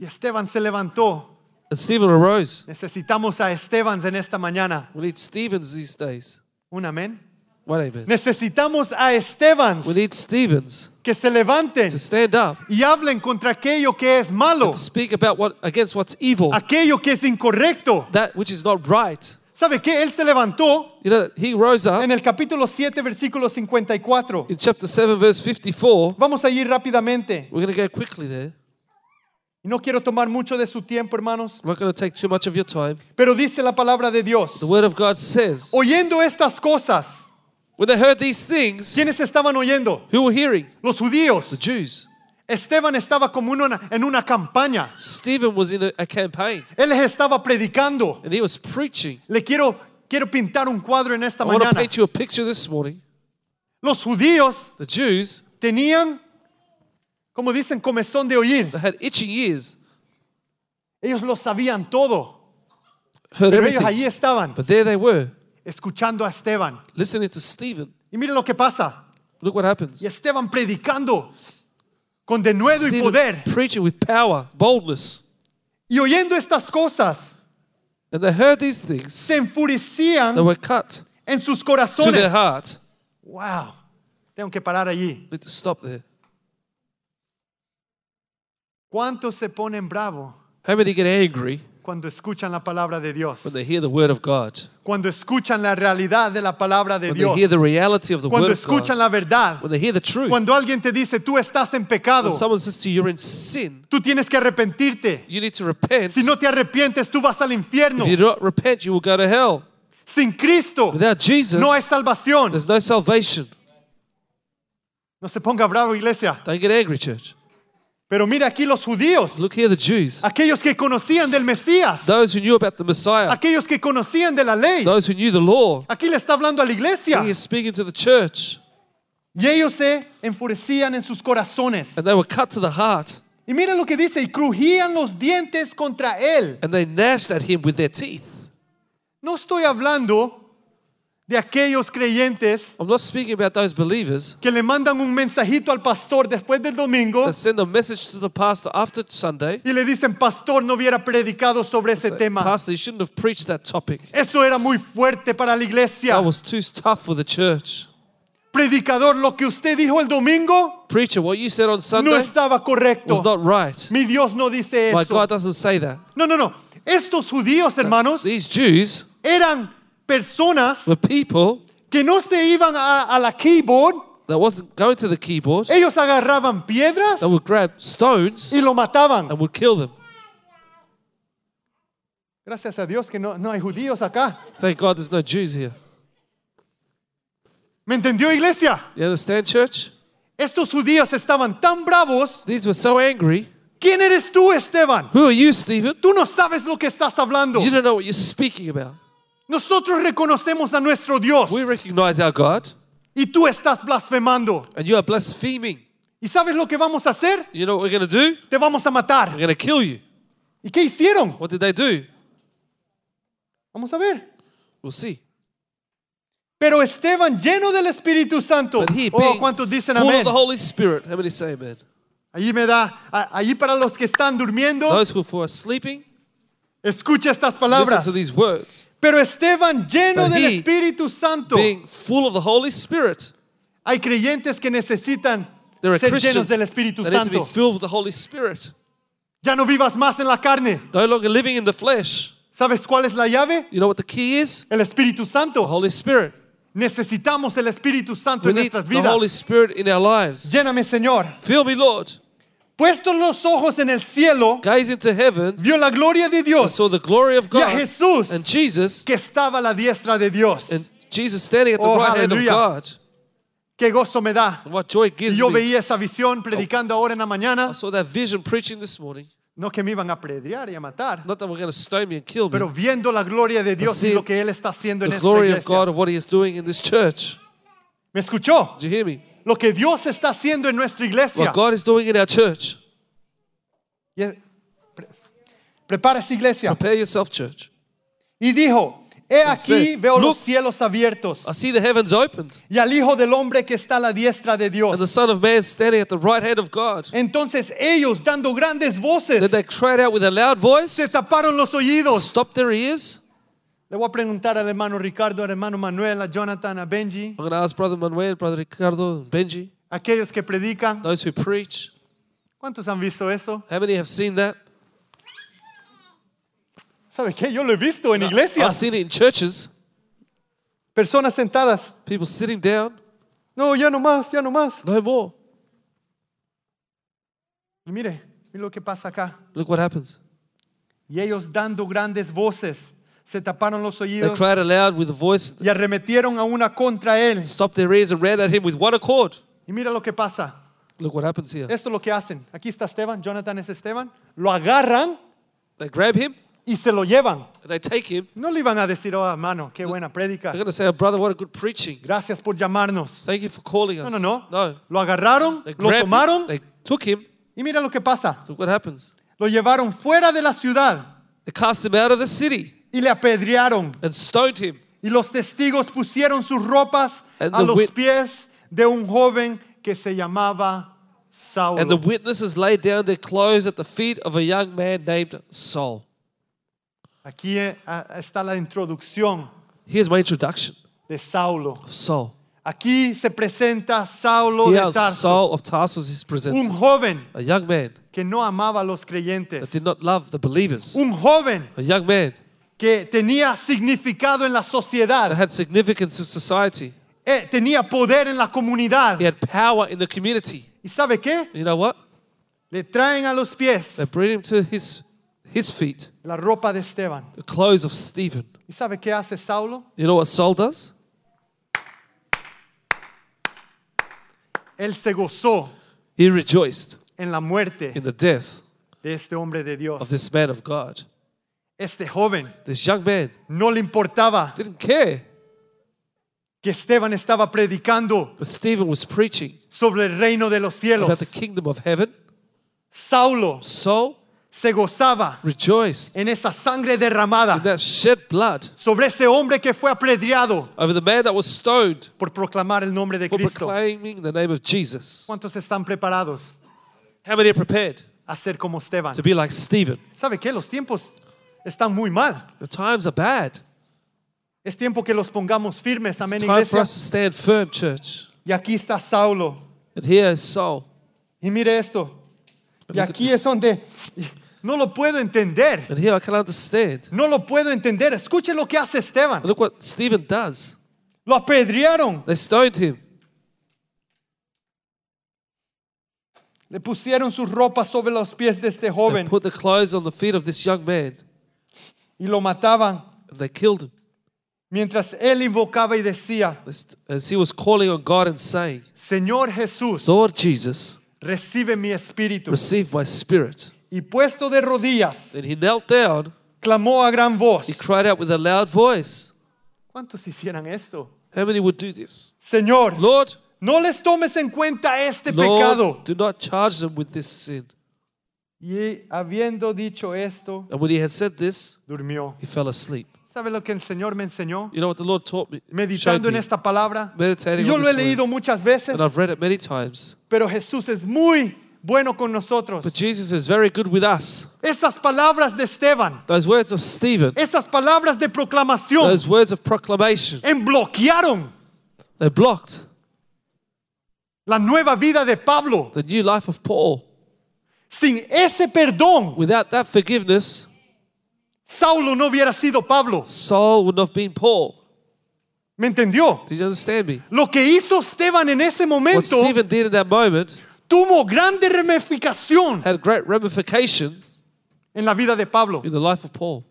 Speaker 2: Y Esteban se levantó.
Speaker 3: And Stephen arose.
Speaker 2: Necesitamos a Esteban en esta mañana.
Speaker 3: We need Stephens these days.
Speaker 2: Un amén.
Speaker 3: One amen.
Speaker 2: Necesitamos a Esteban
Speaker 3: We need Stephens
Speaker 2: que se levanten
Speaker 3: to stand up
Speaker 2: y hablen contra aquello que es malo,
Speaker 3: and to speak about what against what's evil,
Speaker 2: aquello que es incorrecto.
Speaker 3: that which is not right.
Speaker 2: ¿Sabe qué? Él se levantó
Speaker 3: You know, he rose up
Speaker 2: en el capítulo 7, versículo 54.
Speaker 3: in chapter 7, verse 54.
Speaker 2: Vamos a ir rápidamente.
Speaker 3: We're going to go quickly there.
Speaker 2: Y No quiero tomar mucho de su tiempo, hermanos,
Speaker 3: I'm not going to take too much of your time.
Speaker 2: pero dice la palabra de Dios.
Speaker 3: The word of God says,
Speaker 2: Oyendo estas cosas,
Speaker 3: when they heard these things,
Speaker 2: ¿quiénes estaban oyendo?
Speaker 3: who were hearing?
Speaker 2: Los
Speaker 3: The
Speaker 2: judíos.
Speaker 3: Jews.
Speaker 2: Esteban estaba como en una- en una campaña.
Speaker 3: Stephen was in a, a campaign
Speaker 2: Él les estaba predicando.
Speaker 3: and he was preaching.
Speaker 2: Le quiero, quiero pintar un cuadro en esta
Speaker 3: I want to
Speaker 2: mañana.
Speaker 3: paint you a picture this morning.
Speaker 2: Los judíos
Speaker 3: The Jews,
Speaker 2: tenían, como dicen, comezón de oír.
Speaker 3: they had itching ears,
Speaker 2: Ellos lo sabían todo. Pero
Speaker 3: heard
Speaker 2: ellos
Speaker 3: everything.
Speaker 2: allí estaban,
Speaker 3: But there they were,
Speaker 2: escuchando a Esteban.
Speaker 3: listening to Stephen.
Speaker 2: Y miren lo que pasa.
Speaker 3: Look what happens.
Speaker 2: Y Esteban predicando con denuedo y
Speaker 3: Stephen
Speaker 2: poder.
Speaker 3: preaching with power, boldness.
Speaker 2: Y oyendo estas cosas,
Speaker 3: And they heard these things.
Speaker 2: se
Speaker 3: They
Speaker 2: enfurecían
Speaker 3: were cut
Speaker 2: en sus
Speaker 3: to their
Speaker 2: corazones.
Speaker 3: heart.
Speaker 2: Wow. Tengo que parar allí.
Speaker 3: Need to stop there.
Speaker 2: ¿Cuántos se ponen bravo
Speaker 3: How many get angry
Speaker 2: cuando escuchan la palabra de Dios?
Speaker 3: when they hear the word of God?
Speaker 2: Cuando escuchan la realidad de la palabra de
Speaker 3: When they hear
Speaker 2: Dios.
Speaker 3: the reality of the
Speaker 2: cuando
Speaker 3: word of
Speaker 2: escuchan
Speaker 3: God?
Speaker 2: la verdad,
Speaker 3: When they hear the truth?
Speaker 2: cuando alguien te dice, tú estás en pecado,
Speaker 3: When someone says to you, you're in sin,
Speaker 2: tú tienes que arrepentirte.
Speaker 3: you need to repent.
Speaker 2: Si no te arrepientes, tú vas al infierno.
Speaker 3: If you do not repent, you will go to hell.
Speaker 2: Sin Cristo
Speaker 3: Without Jesus,
Speaker 2: no hay salvación.
Speaker 3: there's no salvation.
Speaker 2: No se ponga bravo, iglesia.
Speaker 3: Don't get angry, church.
Speaker 2: Pero mira aquí los judíos,
Speaker 3: Look here, the Jews.
Speaker 2: aquellos que conocían del Mesías,
Speaker 3: Those who knew about the Messiah,
Speaker 2: aquellos que conocían de la ley.
Speaker 3: those who knew the law.
Speaker 2: Aquí le está hablando a la iglesia.
Speaker 3: He is speaking to the church.
Speaker 2: Y ellos se enfurecían en sus corazones.
Speaker 3: And they were cut to the heart.
Speaker 2: Y mira lo que dice, y crujían los dientes contra él.
Speaker 3: And they gnashed at him with their teeth.
Speaker 2: No estoy hablando de aquellos creyentes
Speaker 3: I'm not speaking about those believers
Speaker 2: que le mandan un mensajito al pastor después del domingo
Speaker 3: that send a message to the pastor after Sunday.
Speaker 2: y le dicen, pastor, no hubiera predicado sobre ese
Speaker 3: Say,
Speaker 2: tema.
Speaker 3: Pastor, you shouldn't have preached that topic.
Speaker 2: Eso era muy fuerte para la iglesia.
Speaker 3: That was too tough for the church.
Speaker 2: Predicador, lo que usted dijo el domingo
Speaker 3: Preacher, what you said on
Speaker 2: no
Speaker 3: Sunday
Speaker 2: estaba
Speaker 3: was
Speaker 2: correcto.
Speaker 3: not right.
Speaker 2: Mi Dios no dice
Speaker 3: My
Speaker 2: eso.
Speaker 3: God doesn't say that.
Speaker 2: No, no, no. Estos judíos, hermanos,
Speaker 3: These Jews
Speaker 2: eran personas
Speaker 3: were people
Speaker 2: que no se iban a, a la keyboard.
Speaker 3: that wasn't going to the keyboard.
Speaker 2: Ellos agarraban piedras
Speaker 3: They would grab stones
Speaker 2: y lo mataban.
Speaker 3: and would kill them.
Speaker 2: Gracias a Dios que no, no hay judíos acá.
Speaker 3: Thank God there's no Jews here.
Speaker 2: ¿Me entendió, iglesia?
Speaker 3: You understand, church?
Speaker 2: Estos judíos estaban tan bravos.
Speaker 3: These were so angry.
Speaker 2: ¿Quién eres tú, Esteban?
Speaker 3: Who are you, Stephen?
Speaker 2: Tú no sabes lo que estás hablando.
Speaker 3: You don't know what you're speaking about.
Speaker 2: Nosotros reconocemos a nuestro Dios
Speaker 3: We recognize our God,
Speaker 2: y tú estás blasfemando.
Speaker 3: and you are blaspheming.
Speaker 2: ¿Y sabes lo que vamos a hacer?
Speaker 3: You know what we're going to do?
Speaker 2: Te vamos a
Speaker 3: We're
Speaker 2: matar.
Speaker 3: going to kill you.
Speaker 2: ¿Y qué hicieron?
Speaker 3: What did they do?
Speaker 2: Vamos a ver.
Speaker 3: We'll see.
Speaker 2: Pero Esteban, lleno del Espíritu Santo.
Speaker 3: But he,
Speaker 2: Oh,
Speaker 3: being
Speaker 2: ¿cuántos dicen
Speaker 3: full
Speaker 2: amén?
Speaker 3: of the Holy Spirit, how many say amen?
Speaker 2: Allí me da, a- allí para los que están durmiendo,
Speaker 3: Those who are for us sleeping,
Speaker 2: escucha estas
Speaker 3: listen
Speaker 2: palabras.
Speaker 3: to these words.
Speaker 2: Pero Esteban, lleno
Speaker 3: But
Speaker 2: del
Speaker 3: he,
Speaker 2: Espíritu Santo.
Speaker 3: Being full of the Holy Spirit,
Speaker 2: Hay creyentes que necesitan
Speaker 3: there are
Speaker 2: ser llenos
Speaker 3: Christians
Speaker 2: del Espíritu
Speaker 3: that need to be
Speaker 2: Santo.
Speaker 3: filled with the Holy Spirit.
Speaker 2: Ya no vivas más en la carne.
Speaker 3: No longer living in the flesh.
Speaker 2: ¿Sabes cuál es la llave?
Speaker 3: You know what the key is?
Speaker 2: El Espíritu
Speaker 3: The
Speaker 2: Santo.
Speaker 3: Holy Spirit.
Speaker 2: Necesitamos el Espíritu Santo
Speaker 3: We
Speaker 2: en
Speaker 3: need
Speaker 2: nuestras
Speaker 3: the Holy
Speaker 2: vidas.
Speaker 3: Spirit in our lives.
Speaker 2: Lléname, Señor.
Speaker 3: Fill me, Lord.
Speaker 2: Puestos los ojos en el cielo,
Speaker 3: Gaze into heaven
Speaker 2: vio la gloria de
Speaker 3: and
Speaker 2: Dios
Speaker 3: saw the glory of
Speaker 2: y a
Speaker 3: God
Speaker 2: Jesús
Speaker 3: and Jesus
Speaker 2: que estaba a la diestra de Dios.
Speaker 3: and Jesus standing at the
Speaker 2: Oh,
Speaker 3: right hand of
Speaker 2: hallelujah.
Speaker 3: God.
Speaker 2: Qué gozo me da.
Speaker 3: And what joy it
Speaker 2: Y
Speaker 3: gives
Speaker 2: yo
Speaker 3: me.
Speaker 2: veía esa visión predicando
Speaker 3: Oh.
Speaker 2: ahora en la mañana.
Speaker 3: I saw that vision preaching this morning.
Speaker 2: No que me iban a apedrear y a matar,
Speaker 3: Not that we're going to stone me and kill me.
Speaker 2: pero viendo la gloria de Dios y
Speaker 3: see
Speaker 2: lo que Él está haciendo en
Speaker 3: The
Speaker 2: esta
Speaker 3: glory of
Speaker 2: iglesia.
Speaker 3: God and what He is doing in this church.
Speaker 2: ¿Me escuchó?
Speaker 3: Do you hear me?
Speaker 2: Lo que Dios está haciendo en nuestra iglesia.
Speaker 3: What God is doing in our church.
Speaker 2: Y es- pre- Prepara esa iglesia.
Speaker 3: Prepare yourself, church.
Speaker 2: Y dijo, he aquí
Speaker 3: said,
Speaker 2: veo los
Speaker 3: "Look."
Speaker 2: cielos abiertos
Speaker 3: I see the heavens opened
Speaker 2: y al Hijo del Hombre que está a la diestra de
Speaker 3: and
Speaker 2: Dios.
Speaker 3: the Son of Man standing at the right hand of God.
Speaker 2: Entonces ellos dando grandes
Speaker 3: Then
Speaker 2: voces
Speaker 3: they cried out with a loud
Speaker 2: se
Speaker 3: voice,
Speaker 2: taparon los oídos.
Speaker 3: stopped their ears.
Speaker 2: Le voy a preguntar al hermano Ricardo, al hermano Manuel, a Jonathan, a Benji,
Speaker 3: I'm going to ask Brother Manuel, Brother Ricardo, and Benji,
Speaker 2: aquellos que predican.
Speaker 3: those who preach.
Speaker 2: ¿Cuántos han visto eso?
Speaker 3: How many have seen that?
Speaker 2: ¿Sabe qué? Yo lo he visto en
Speaker 3: I've
Speaker 2: iglesias.
Speaker 3: seen it in churches.
Speaker 2: Personas sentadas.
Speaker 3: People sitting down,
Speaker 2: No, ya no más, ya no más.
Speaker 3: no more.
Speaker 2: Y mire, mire lo que pasa acá.
Speaker 3: Look what happens.
Speaker 2: Y ellos dando grandes voces, se taparon los
Speaker 3: They
Speaker 2: oídos
Speaker 3: cried aloud with a voice,
Speaker 2: y arremetieron a una contra él.
Speaker 3: stopped their ears, and ran at him with one accord.
Speaker 2: Y mira lo que pasa.
Speaker 3: Look what happens here.
Speaker 2: Esto es lo que hacen. Aquí está Esteban, Jonathan es Esteban. Lo agarran
Speaker 3: They grab him,
Speaker 2: y se lo llevan.
Speaker 3: and they take him.
Speaker 2: No le iban a decir, oh, hermano, qué buena prédica.
Speaker 3: They're going to say, oh, brother, what a good preaching.
Speaker 2: Gracias por llamarnos.
Speaker 3: Thank you for calling
Speaker 2: No,
Speaker 3: us.
Speaker 2: no, no.
Speaker 3: No.
Speaker 2: Lo agarraron,
Speaker 3: They
Speaker 2: lo
Speaker 3: grabbed him.
Speaker 2: tomaron
Speaker 3: They took him.
Speaker 2: y mira lo que pasa.
Speaker 3: Look what happens.
Speaker 2: Lo llevaron fuera de la ciudad
Speaker 3: They cast him out of the city
Speaker 2: y le apedrearon.
Speaker 3: and stoned him.
Speaker 2: Y los testigos pusieron sus ropas
Speaker 3: And
Speaker 2: a
Speaker 3: the
Speaker 2: los
Speaker 3: wit-
Speaker 2: pies de un joven que se llamaba
Speaker 3: And
Speaker 2: Saulo.
Speaker 3: the witnesses laid down their clothes at the feet of a young man named Saul.
Speaker 2: Aquí eh, ah, está la introducción
Speaker 3: Here's my introduction
Speaker 2: de Saulo.
Speaker 3: of Saul.
Speaker 2: Aquí se presenta Saulo de
Speaker 3: Here,
Speaker 2: Tarso,
Speaker 3: Saul of Tarsus is
Speaker 2: un
Speaker 3: presented.
Speaker 2: joven
Speaker 3: A young man
Speaker 2: que no amaba a los
Speaker 3: that
Speaker 2: creyentes,
Speaker 3: did not love the believers.
Speaker 2: un joven
Speaker 3: A young man
Speaker 2: que tenía significado en la
Speaker 3: that
Speaker 2: sociedad,
Speaker 3: had significance in society.
Speaker 2: eh, tenía poder en la comunidad.
Speaker 3: He had power in the community.
Speaker 2: ¿Y sabe qué?
Speaker 3: You know what?
Speaker 2: Le traen a los pies
Speaker 3: They bring him to his, his feet,
Speaker 2: la ropa de Esteban.
Speaker 3: the clothes of Stephen.
Speaker 2: ¿Y sabe qué hace Saulo?
Speaker 3: You know what Saul does?
Speaker 2: Él se gozó
Speaker 3: He rejoiced
Speaker 2: en la muerte
Speaker 3: in the death
Speaker 2: de este hombre de Dios.
Speaker 3: of this man of God.
Speaker 2: Este joven
Speaker 3: This young man
Speaker 2: no le importaba
Speaker 3: didn't care
Speaker 2: que Esteban estaba predicando
Speaker 3: that Stephen was preaching
Speaker 2: sobre el reino de los cielos.
Speaker 3: about the kingdom of heaven.
Speaker 2: Saulo
Speaker 3: Saul
Speaker 2: se gozaba
Speaker 3: rejoiced
Speaker 2: en esa sangre
Speaker 3: in
Speaker 2: derramada
Speaker 3: that shed blood
Speaker 2: sobre ese hombre que fue apedreado
Speaker 3: over the man that was stoned
Speaker 2: por proclamar el nombre de
Speaker 3: for
Speaker 2: Cristo.
Speaker 3: proclaiming the name of Jesus.
Speaker 2: ¿Cuántos están preparados
Speaker 3: How many are prepared
Speaker 2: a ser como Esteban?
Speaker 3: to be like Stephen?
Speaker 2: ¿Sabe qué? Los tiempos están muy mal.
Speaker 3: The times are bad.
Speaker 2: Es tiempo que los pongamos firmes.
Speaker 3: It's
Speaker 2: Amén,
Speaker 3: time for
Speaker 2: iglesia.
Speaker 3: us to stand firm, church.
Speaker 2: Y aquí está Saulo.
Speaker 3: And here is Saul.
Speaker 2: Y mire esto. Y
Speaker 3: Look at
Speaker 2: aquí
Speaker 3: this.
Speaker 2: es donde no lo puedo entender.
Speaker 3: And here I can understand.
Speaker 2: No lo puedo entender. Escuche lo que hace Esteban.
Speaker 3: Look what Stephen does.
Speaker 2: Lo apedrearon.
Speaker 3: They stoned him.
Speaker 2: Le pusieron sus ropas sobre los pies de este
Speaker 3: They
Speaker 2: joven
Speaker 3: put the clothes on the feet of this young man.
Speaker 2: y lo mataban
Speaker 3: And they killed him.
Speaker 2: mientras él invocaba y decía,
Speaker 3: They st- As he was calling on God and saying,
Speaker 2: Señor Jesús,
Speaker 3: Lord Jesus,
Speaker 2: recibe mi espíritu.
Speaker 3: receive my spirit.
Speaker 2: Y puesto de rodillas,
Speaker 3: Then he knelt down.
Speaker 2: clamó a gran voz.
Speaker 3: He cried out with a loud voice.
Speaker 2: ¿Cuántos hicieran esto?
Speaker 3: How many would do this?
Speaker 2: Señor,
Speaker 3: Lord,
Speaker 2: no les tomes en cuenta este
Speaker 3: Lord,
Speaker 2: pecado.
Speaker 3: do not charge them with this sin.
Speaker 2: Y habiendo dicho esto,
Speaker 3: And when he had said this,
Speaker 2: durmió.
Speaker 3: he fell asleep.
Speaker 2: ¿Sabe lo que el Señor me enseñó?
Speaker 3: You know what the Lord taught me? showed
Speaker 2: Meditando
Speaker 3: me?
Speaker 2: en esta palabra.
Speaker 3: Meditating
Speaker 2: Y yo
Speaker 3: on
Speaker 2: lo he
Speaker 3: this word.
Speaker 2: leído muchas veces,
Speaker 3: And I've read it many times.
Speaker 2: pero Jesús es muy bueno con nosotros.
Speaker 3: But Jesus is very good with us.
Speaker 2: Esas palabras de Esteban,
Speaker 3: Those words of Stephen,
Speaker 2: esas palabras de proclamación,
Speaker 3: those words of proclamation,
Speaker 2: en bloquearon
Speaker 3: they blocked
Speaker 2: la nueva vida de Pablo.
Speaker 3: the new life of Paul.
Speaker 2: Sin ese perdón,
Speaker 3: Without that forgiveness,
Speaker 2: Saulo no hubiera sido Pablo.
Speaker 3: Saul would not have been Paul.
Speaker 2: ¿Me entendió?
Speaker 3: Did you understand me?
Speaker 2: Lo que hizo Esteban en ese
Speaker 3: What
Speaker 2: momento
Speaker 3: Pues Stephen did in that moment
Speaker 2: tuvo grande ramificación
Speaker 3: had great ramifications
Speaker 2: en la vida de Pablo,
Speaker 3: in the life of Paul.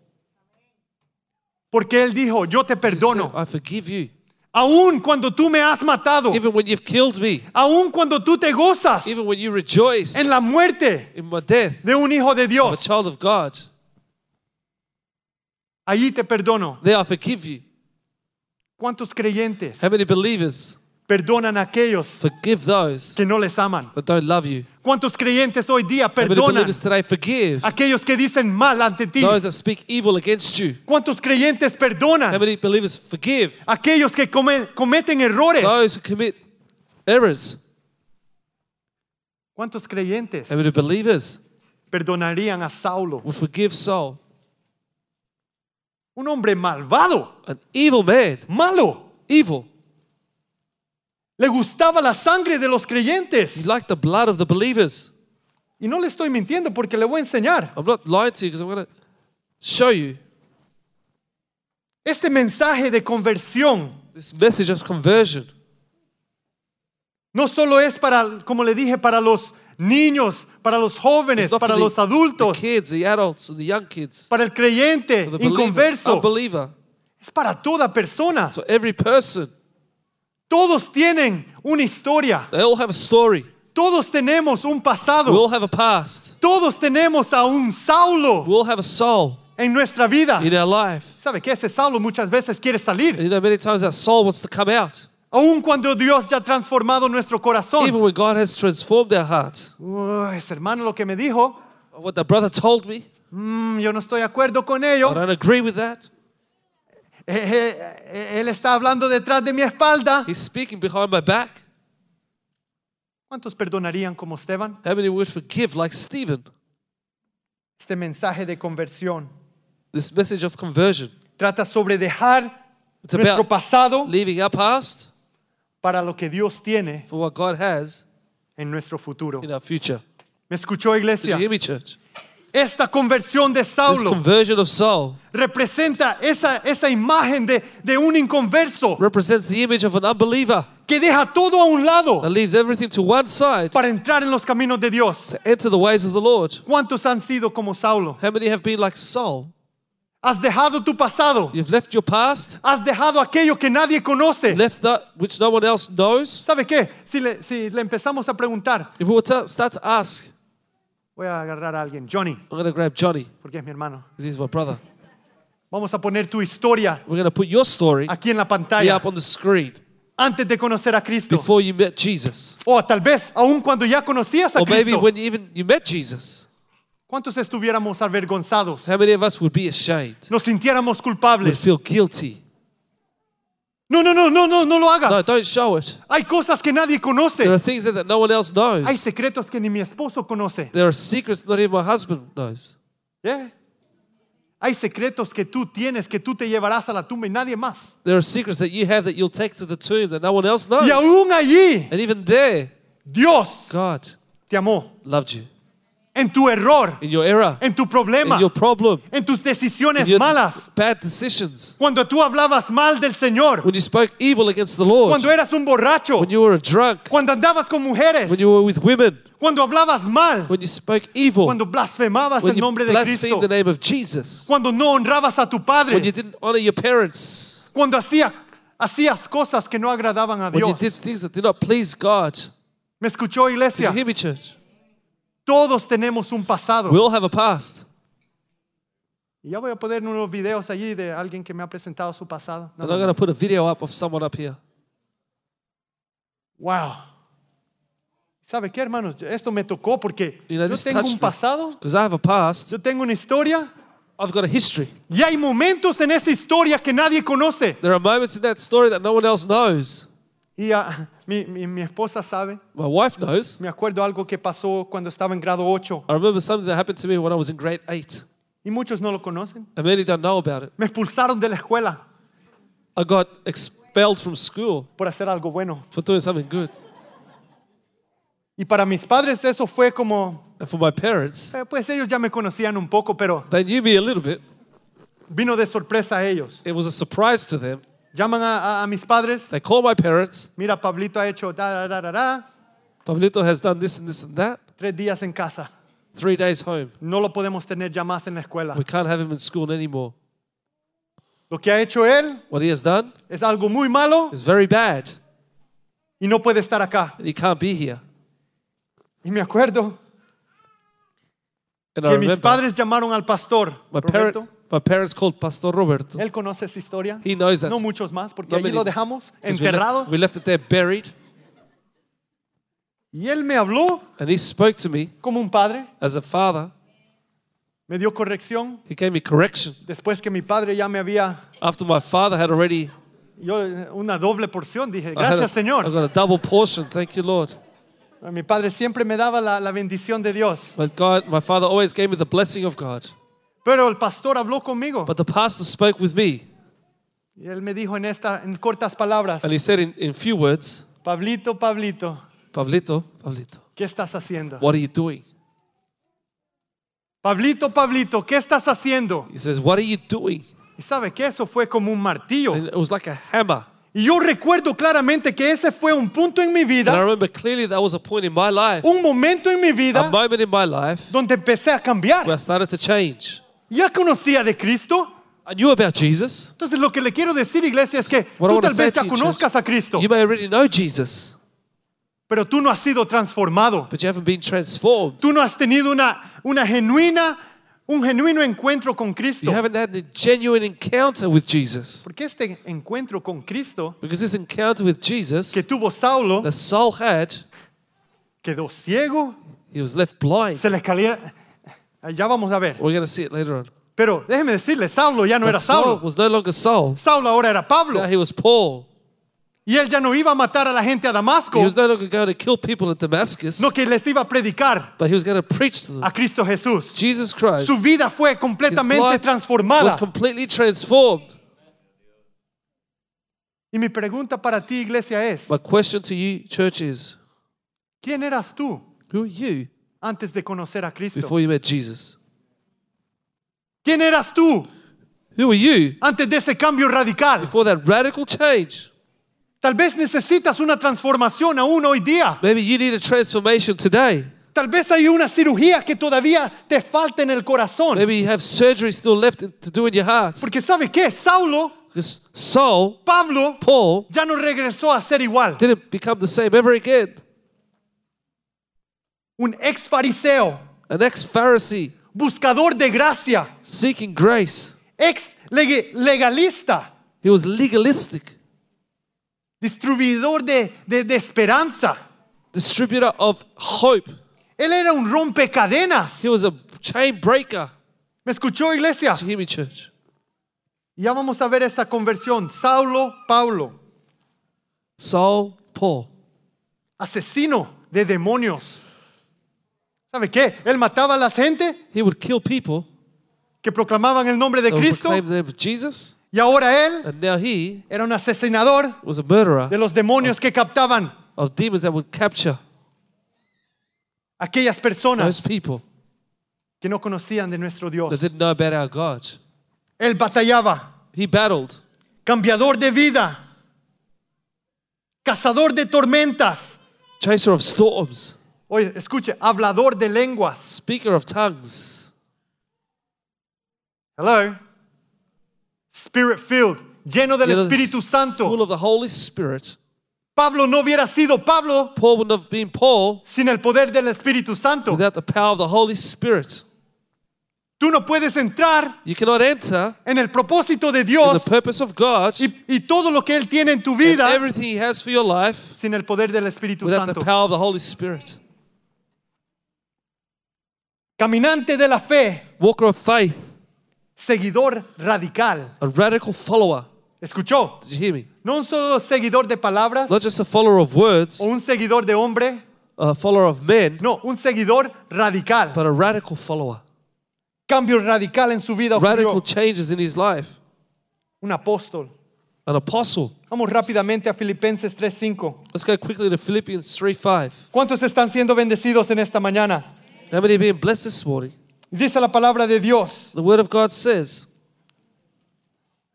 Speaker 2: porque él dijo, yo te
Speaker 3: He said,
Speaker 2: perdono,
Speaker 3: I forgive you.
Speaker 2: aun cuando tú me has matado,
Speaker 3: Even when you've killed me,
Speaker 2: aun cuando tú te gozas
Speaker 3: even when you rejoice
Speaker 2: en la muerte
Speaker 3: in my death,
Speaker 2: de un hijo de
Speaker 3: I'm a
Speaker 2: Dios,
Speaker 3: child of God.
Speaker 2: allí te perdono.
Speaker 3: There I forgive you.
Speaker 2: ¿Cuántos creyentes
Speaker 3: How many believers
Speaker 2: perdonan a aquellos
Speaker 3: forgive those
Speaker 2: que no les aman?
Speaker 3: that don't love you?
Speaker 2: ¿Cuántos creyentes hoy día
Speaker 3: How many
Speaker 2: perdonan
Speaker 3: believers today forgive
Speaker 2: a aquellos que dicen mal ante ti?
Speaker 3: those that speak evil against you?
Speaker 2: ¿Cuántos creyentes
Speaker 3: How
Speaker 2: perdonan
Speaker 3: many believers forgive
Speaker 2: a aquellos que come- cometen errores?
Speaker 3: those who commit errors?
Speaker 2: ¿Cuántos creyentes
Speaker 3: How many believers
Speaker 2: perdonarían a Saulo?
Speaker 3: will forgive Saul,
Speaker 2: Un hombre malvado,
Speaker 3: an evil man,
Speaker 2: malo.
Speaker 3: evil?
Speaker 2: Le gustaba la sangre de los
Speaker 3: He
Speaker 2: creyentes.
Speaker 3: liked the blood of the believers.
Speaker 2: Y no le estoy mintiendo porque le voy a enseñar.
Speaker 3: I'm not lying to you because I'm going to show you
Speaker 2: Este mensaje de conversión
Speaker 3: this message of conversion.
Speaker 2: no solo es para, como le dije, para los niños, para los jóvenes,
Speaker 3: It's not for
Speaker 2: para
Speaker 3: the-
Speaker 2: los
Speaker 3: The
Speaker 2: adultos,
Speaker 3: kids, the adults, and the young kids.
Speaker 2: para el creyente
Speaker 3: For the believer,
Speaker 2: inconverso.
Speaker 3: unbeliever.
Speaker 2: Es para toda persona.
Speaker 3: So every person,
Speaker 2: Todos tienen una historia.
Speaker 3: they all have a story.
Speaker 2: Todos tenemos un
Speaker 3: We
Speaker 2: pasado.
Speaker 3: all have a past.
Speaker 2: Todos tenemos a un Saulo
Speaker 3: We all have a soul
Speaker 2: en nuestra vida.
Speaker 3: in our life.
Speaker 2: ¿Sabe qué? Ese Saulo muchas veces quiere
Speaker 3: And
Speaker 2: salir,
Speaker 3: you know, many times that soul wants to come out.
Speaker 2: aun cuando Dios ya ha transformado nuestro corazón.
Speaker 3: Even when God has transformed our heart.
Speaker 2: Uy, ese hermano lo que me dijo,
Speaker 3: What the brother told me,
Speaker 2: mm, yo no estoy de acuerdo con ello.
Speaker 3: I don't agree with that.
Speaker 2: Eh, eh, eh, él está hablando detrás de mi espalda.
Speaker 3: He's speaking behind my back.
Speaker 2: ¿Cuántos perdonarían como Esteban?
Speaker 3: How many would forgive like Stephen?
Speaker 2: Este mensaje de conversión
Speaker 3: This message of conversion.
Speaker 2: trata sobre dejar
Speaker 3: It's
Speaker 2: nuestro
Speaker 3: about
Speaker 2: pasado
Speaker 3: leaving our past
Speaker 2: para lo que Dios tiene
Speaker 3: for what God has
Speaker 2: en nuestro futuro.
Speaker 3: in our future.
Speaker 2: ¿Me escuchó,
Speaker 3: Did you
Speaker 2: iglesia?
Speaker 3: hear me, church?
Speaker 2: Esta conversión de
Speaker 3: This
Speaker 2: Saulo
Speaker 3: conversion of soul
Speaker 2: representa esa, esa imagen de, de un inconverso
Speaker 3: represents the image of an unbeliever
Speaker 2: que deja todo a un lado
Speaker 3: that leaves everything to one side
Speaker 2: para entrar en los caminos de Dios.
Speaker 3: to enter the ways of the Lord.
Speaker 2: ¿Cuántos han sido como Saulo?
Speaker 3: How many have been like Saul?
Speaker 2: Has dejado tu pasado.
Speaker 3: You've left your past,
Speaker 2: Has dejado aquello que nadie conoce.
Speaker 3: left that which no one else knows.
Speaker 2: ¿Sabe qué? Si le, si le empezamos a preguntar,
Speaker 3: If we were to start to ask,
Speaker 2: voy a agarrar a alguien, Johnny,
Speaker 3: I'm going to grab Johnny
Speaker 2: porque es mi hermano.
Speaker 3: because he's my brother.
Speaker 2: Vamos a poner tu historia
Speaker 3: We're going to put your story
Speaker 2: aquí en la
Speaker 3: here
Speaker 2: pantalla
Speaker 3: up on the screen
Speaker 2: antes de conocer a Cristo.
Speaker 3: pues, before you met Jesus.
Speaker 2: O tal vez, aun cuando ya conocías a
Speaker 3: Or maybe
Speaker 2: Cristo,
Speaker 3: when you even you met Jesus.
Speaker 2: ¿cuántos estuviéramos avergonzados?
Speaker 3: How many of us would be ashamed?
Speaker 2: Nos sintiéramos
Speaker 3: Would
Speaker 2: culpables.
Speaker 3: feel guilty.
Speaker 2: No, no, no, no, no, no lo
Speaker 3: No,
Speaker 2: hagas.
Speaker 3: don't show it.
Speaker 2: Hay cosas que nadie [LAUGHS]
Speaker 3: There
Speaker 2: conoce.
Speaker 3: are things that, that no one else
Speaker 2: Hay
Speaker 3: knows.
Speaker 2: secretos que ni mi esposo conoce.
Speaker 3: There are secrets not even my husband knows.
Speaker 2: ¿Eh? Hay secretos que tú tienes que tú te llevarás a la tumba y nadie más.
Speaker 3: There are secrets that you have that you'll take to the tomb that no one else knows.
Speaker 2: Y aún allí,
Speaker 3: And even there,
Speaker 2: Dios
Speaker 3: God
Speaker 2: te amó.
Speaker 3: loved you.
Speaker 2: En tu error,
Speaker 3: In your error,
Speaker 2: en tu
Speaker 3: in
Speaker 2: problema,
Speaker 3: your problem,
Speaker 2: en tus
Speaker 3: in
Speaker 2: decisiones
Speaker 3: your
Speaker 2: malas.
Speaker 3: bad decisions,
Speaker 2: Cuando tú hablabas mal del Señor,
Speaker 3: when you spoke evil against the Lord,
Speaker 2: cuando eras un borracho,
Speaker 3: when you were a drunk,
Speaker 2: cuando andabas con
Speaker 3: when
Speaker 2: mujeres,
Speaker 3: you were with women,
Speaker 2: cuando hablabas mal,
Speaker 3: when you spoke evil,
Speaker 2: cuando blasfemabas
Speaker 3: when
Speaker 2: el
Speaker 3: you
Speaker 2: nombre de Cristo,
Speaker 3: blasphemed the name of Jesus,
Speaker 2: cuando no honrabas a tu
Speaker 3: when you
Speaker 2: Padre,
Speaker 3: didn't honor your parents,
Speaker 2: cuando hacía- hacías cosas que no agradaban a
Speaker 3: when you
Speaker 2: Dios.
Speaker 3: did things that did not please God.
Speaker 2: ¿Me escuchó,
Speaker 3: Did you
Speaker 2: iglesia?
Speaker 3: hear me, church?
Speaker 2: Todos tenemos un pasado.
Speaker 3: We all have a past.
Speaker 2: Y ya voy a poner unos videos allí de alguien que me ha presentado su pasado. No,
Speaker 3: And
Speaker 2: no,
Speaker 3: I'm going
Speaker 2: no.
Speaker 3: to put a video up of someone up here.
Speaker 2: Wow. ¿Sabe qué, hermanos? Esto me tocó porque
Speaker 3: You know,
Speaker 2: yo
Speaker 3: this
Speaker 2: tengo
Speaker 3: touched
Speaker 2: un
Speaker 3: me.
Speaker 2: pasado,
Speaker 3: Because I have a past.
Speaker 2: yo tengo una historia
Speaker 3: I've got a history.
Speaker 2: y hay momentos en esa historia que nadie conoce.
Speaker 3: There are moments in that story that no one else knows.
Speaker 2: Y ah, mi, mi- mi esposa sabe,
Speaker 3: My wife knows.
Speaker 2: me acuerdo algo que pasó cuando estaba en grado 8
Speaker 3: I remember something that happened to me when I was in grade 8.
Speaker 2: y muchos no lo conocen.
Speaker 3: And many don't know about it.
Speaker 2: Me expulsaron de la escuela
Speaker 3: I got expelled from school
Speaker 2: por hacer algo bueno.
Speaker 3: for doing something good.
Speaker 2: Y para mis padres eso fue como,
Speaker 3: And for my parents,
Speaker 2: eh, pues ellos ya me conocían un poco, pero
Speaker 3: they knew me a little bit.
Speaker 2: vino de sorpresa a ellos.
Speaker 3: It was a surprise to them.
Speaker 2: Llaman a, a- a mis padres.
Speaker 3: They call my parents.
Speaker 2: Mira, Pablito ha hecho da, da, da, da, da.
Speaker 3: Pablito has done this and this and that.
Speaker 2: Tres días en casa.
Speaker 3: Three days home.
Speaker 2: No lo podemos tener ya más en la escuela.
Speaker 3: We can't have him in school anymore.
Speaker 2: Lo que ha hecho él
Speaker 3: What he has done
Speaker 2: es algo muy malo
Speaker 3: is very bad,
Speaker 2: y no puede estar acá.
Speaker 3: and he can't be here.
Speaker 2: Y me acuerdo
Speaker 3: And I
Speaker 2: que mis
Speaker 3: remember
Speaker 2: padres llamaron al pastor.
Speaker 3: my
Speaker 2: Roberto.
Speaker 3: parents, my parents called Pastor Roberto.
Speaker 2: Él conoce esa historia.
Speaker 3: He knows that.
Speaker 2: No muchos más, porque
Speaker 3: No
Speaker 2: allí
Speaker 3: many.
Speaker 2: lo dejamos
Speaker 3: 'Cause we,
Speaker 2: enterrado.
Speaker 3: left, we left it there buried,
Speaker 2: Y él me habló
Speaker 3: and he spoke to me
Speaker 2: como un padre,
Speaker 3: as a father.
Speaker 2: me dio corrección.
Speaker 3: He gave me correction
Speaker 2: Después que mi padre ya me había,
Speaker 3: after my father had already.
Speaker 2: yo eh, una doble porción, dije,
Speaker 3: I had a-
Speaker 2: gracias
Speaker 3: I
Speaker 2: Señor.
Speaker 3: got a double portion. Thank you, Lord.
Speaker 2: Mi padre siempre me daba la, la bendición de Dios.
Speaker 3: But God, my father always gave me the blessing of God.
Speaker 2: Pero el pastor habló conmigo
Speaker 3: But the pastor spoke with me,
Speaker 2: y él me dijo en, esta, en cortas palabras,
Speaker 3: and he said in, in few words,
Speaker 2: Pablito, Pablito,
Speaker 3: Pablito, Pablito,
Speaker 2: ¿qué estás haciendo?
Speaker 3: what are you doing?
Speaker 2: Pablito, Pablito, ¿qué estás haciendo?
Speaker 3: He says, What are you doing?
Speaker 2: Y sabe que eso fue como un martillo.
Speaker 3: And it was like a hammer.
Speaker 2: Y yo recuerdo claramente que ese fue un punto en mi
Speaker 3: And I
Speaker 2: vida
Speaker 3: remember clearly that was a point in my life,
Speaker 2: un momento en mi vida
Speaker 3: a moment in my life
Speaker 2: donde empecé a cambiar.
Speaker 3: where I started to change.
Speaker 2: Ya conocía de Cristo.
Speaker 3: I knew about Jesus.
Speaker 2: Entonces lo que le quiero decir, iglesia, es que
Speaker 3: What I
Speaker 2: tú
Speaker 3: want to
Speaker 2: tal
Speaker 3: say
Speaker 2: vez
Speaker 3: to
Speaker 2: ya
Speaker 3: you,
Speaker 2: conozcas
Speaker 3: church,
Speaker 2: a Cristo,
Speaker 3: you may already know Jesus,
Speaker 2: pero tú no has sido transformado.
Speaker 3: but you haven't been transformed.
Speaker 2: Tú no has tenido una, una genuina, un genuino encuentro con Cristo.
Speaker 3: You haven't had a genuine encounter with Jesus.
Speaker 2: Porque este encuentro con Cristo
Speaker 3: Because this encounter with Jesus
Speaker 2: que tuvo Saulo
Speaker 3: that Saul had,
Speaker 2: quedó ciego,
Speaker 3: he was left blind.
Speaker 2: se le caía. Ya vamos a ver.
Speaker 3: We're going to see it later on.
Speaker 2: Pero déjeme decirle, Saulo ya no
Speaker 3: But
Speaker 2: era
Speaker 3: Saul
Speaker 2: Saulo.
Speaker 3: was no longer Saul.
Speaker 2: Saulo ahora era Pablo.
Speaker 3: Now he was Paul.
Speaker 2: Y él ya no iba a matar a la gente a
Speaker 3: He
Speaker 2: Damasco,
Speaker 3: was no longer going to kill people at Damascus,
Speaker 2: no que les iba a predicar
Speaker 3: but he was going to preach to them.
Speaker 2: a Cristo Jesús.
Speaker 3: Jesus Christ
Speaker 2: Su vida fue
Speaker 3: his
Speaker 2: completamente
Speaker 3: life
Speaker 2: transformada.
Speaker 3: was completely transformed.
Speaker 2: Y mi pregunta para ti, iglesia, es,
Speaker 3: My question to you, church, is
Speaker 2: ¿quién eras tú
Speaker 3: who are you
Speaker 2: antes de conocer a Cristo?
Speaker 3: before you met Jesus?
Speaker 2: ¿Quién eras tú
Speaker 3: Who are you
Speaker 2: antes de ese cambio radical?
Speaker 3: before that radical change?
Speaker 2: Tal vez necesitas una transformación aún hoy día.
Speaker 3: Maybe you need a transformation today.
Speaker 2: Tal vez hay una cirugía que todavía te falta en el corazón.
Speaker 3: Maybe you have surgery still left in- to do in your heart.
Speaker 2: Porque ¿sabe qué? Saulo,
Speaker 3: Because Saul,
Speaker 2: Pablo,
Speaker 3: Paul,
Speaker 2: ya no regresó a ser igual.
Speaker 3: didn't become the same ever again.
Speaker 2: Un ex fariseo,
Speaker 3: An ex Pharisee
Speaker 2: buscador de gracia,
Speaker 3: seeking grace.
Speaker 2: ex lege- legalista,
Speaker 3: He was legalistic,
Speaker 2: distribuidor de- de- de esperanza.
Speaker 3: distributor of hope.
Speaker 2: Él era un rompecadenas.
Speaker 3: He was a chain breaker.
Speaker 2: ¿Me escuchó, iglesia?
Speaker 3: Did you hear me, church?
Speaker 2: Y Ya vamos a ver esa conversión. Saulo, Pablo,
Speaker 3: Saul, Paul,
Speaker 2: asesino de demonios. ¿Sabe qué? Él mataba a la gente
Speaker 3: he would kill people.
Speaker 2: que proclamaban el nombre de
Speaker 3: that would
Speaker 2: Cristo
Speaker 3: proclaim the name of Jesus,
Speaker 2: y ahora él
Speaker 3: and now he
Speaker 2: era un asesinador
Speaker 3: was a murderer
Speaker 2: de los demonios que captaban
Speaker 3: of demons that would capture
Speaker 2: a aquellas personas
Speaker 3: those people
Speaker 2: que no conocían de nuestro
Speaker 3: that
Speaker 2: Dios.
Speaker 3: didn't know about our God.
Speaker 2: Él batallaba,
Speaker 3: He battled.
Speaker 2: cambiador de vida, cazador de tormentas.
Speaker 3: chaser of storms,
Speaker 2: Oye, escuche, hablador de lenguas.
Speaker 3: speaker of tongues,
Speaker 2: Hello. Spirit filled, lleno del
Speaker 3: you know,
Speaker 2: Espíritu Santo.
Speaker 3: full of the Holy Spirit.
Speaker 2: Pablo no hubiera sido Pablo
Speaker 3: Paul wouldn't have been Paul
Speaker 2: sin el poder del Espíritu Santo.
Speaker 3: without the power of the Holy Spirit.
Speaker 2: Tú no puedes entrar
Speaker 3: You cannot enter
Speaker 2: en el propósito de
Speaker 3: in the
Speaker 2: Dios
Speaker 3: purpose of God and
Speaker 2: y, y todo lo que Él tiene en tu vida
Speaker 3: everything He has for your life
Speaker 2: sin el poder del Espíritu
Speaker 3: without
Speaker 2: Santo.
Speaker 3: the power of the Holy Spirit.
Speaker 2: Caminante de la fe,
Speaker 3: Walker of faith,
Speaker 2: seguidor radical.
Speaker 3: a radical follower.
Speaker 2: ¿Escuchó?
Speaker 3: Did you hear me?
Speaker 2: No un solo seguidor de palabras
Speaker 3: Not just a follower of words,
Speaker 2: o un seguidor de hombre,
Speaker 3: a follower of men,
Speaker 2: no, un seguidor radical.
Speaker 3: but a radical follower.
Speaker 2: Cambio radical en su vida
Speaker 3: Radical
Speaker 2: ocurrió.
Speaker 3: changes in his life.
Speaker 2: Un apóstol.
Speaker 3: An apostle.
Speaker 2: Vamos rápidamente a Filipenses 3:5.
Speaker 3: Let's go quickly to Philippians 3 5.
Speaker 2: ¿Cuántos están siendo bendecidos en esta mañana?
Speaker 3: How many are being blessed this morning?
Speaker 2: Dice la palabra de Dios.
Speaker 3: The Word of God says,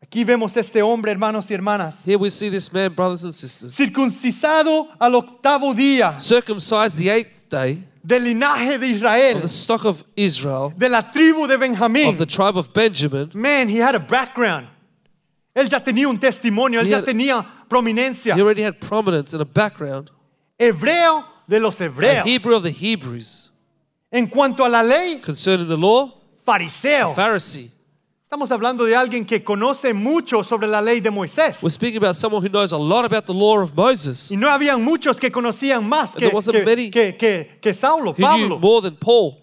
Speaker 2: Aquí vemos este hombre, hermanos y hermanas,
Speaker 3: Here we see this man, brothers and sisters,
Speaker 2: circuncisado al octavo día
Speaker 3: circumcised the eighth day
Speaker 2: del linaje de Israel,
Speaker 3: of the stock of Israel,
Speaker 2: de la tribu de Benjamín.
Speaker 3: of the tribe of Benjamin.
Speaker 2: Man, he had a background. Él ya tenía un testimonio, él
Speaker 3: He
Speaker 2: ya
Speaker 3: had-
Speaker 2: tenía prominencia.
Speaker 3: He already had prominence and a background.
Speaker 2: Hebreo de los
Speaker 3: A
Speaker 2: hebreos.
Speaker 3: Hebrew of the Hebrews.
Speaker 2: En cuanto a la ley,
Speaker 3: Concerning the law,
Speaker 2: fariseo.
Speaker 3: Pharisee.
Speaker 2: Estamos hablando de alguien que conoce mucho sobre la ley de Moisés.
Speaker 3: We're speaking about someone who knows a lot about the law of Moses.
Speaker 2: Y no habían muchos que conocían más que,
Speaker 3: there wasn't
Speaker 2: que-
Speaker 3: many
Speaker 2: que- que- que Saulo,
Speaker 3: He knew
Speaker 2: Pablo.
Speaker 3: more than Paul.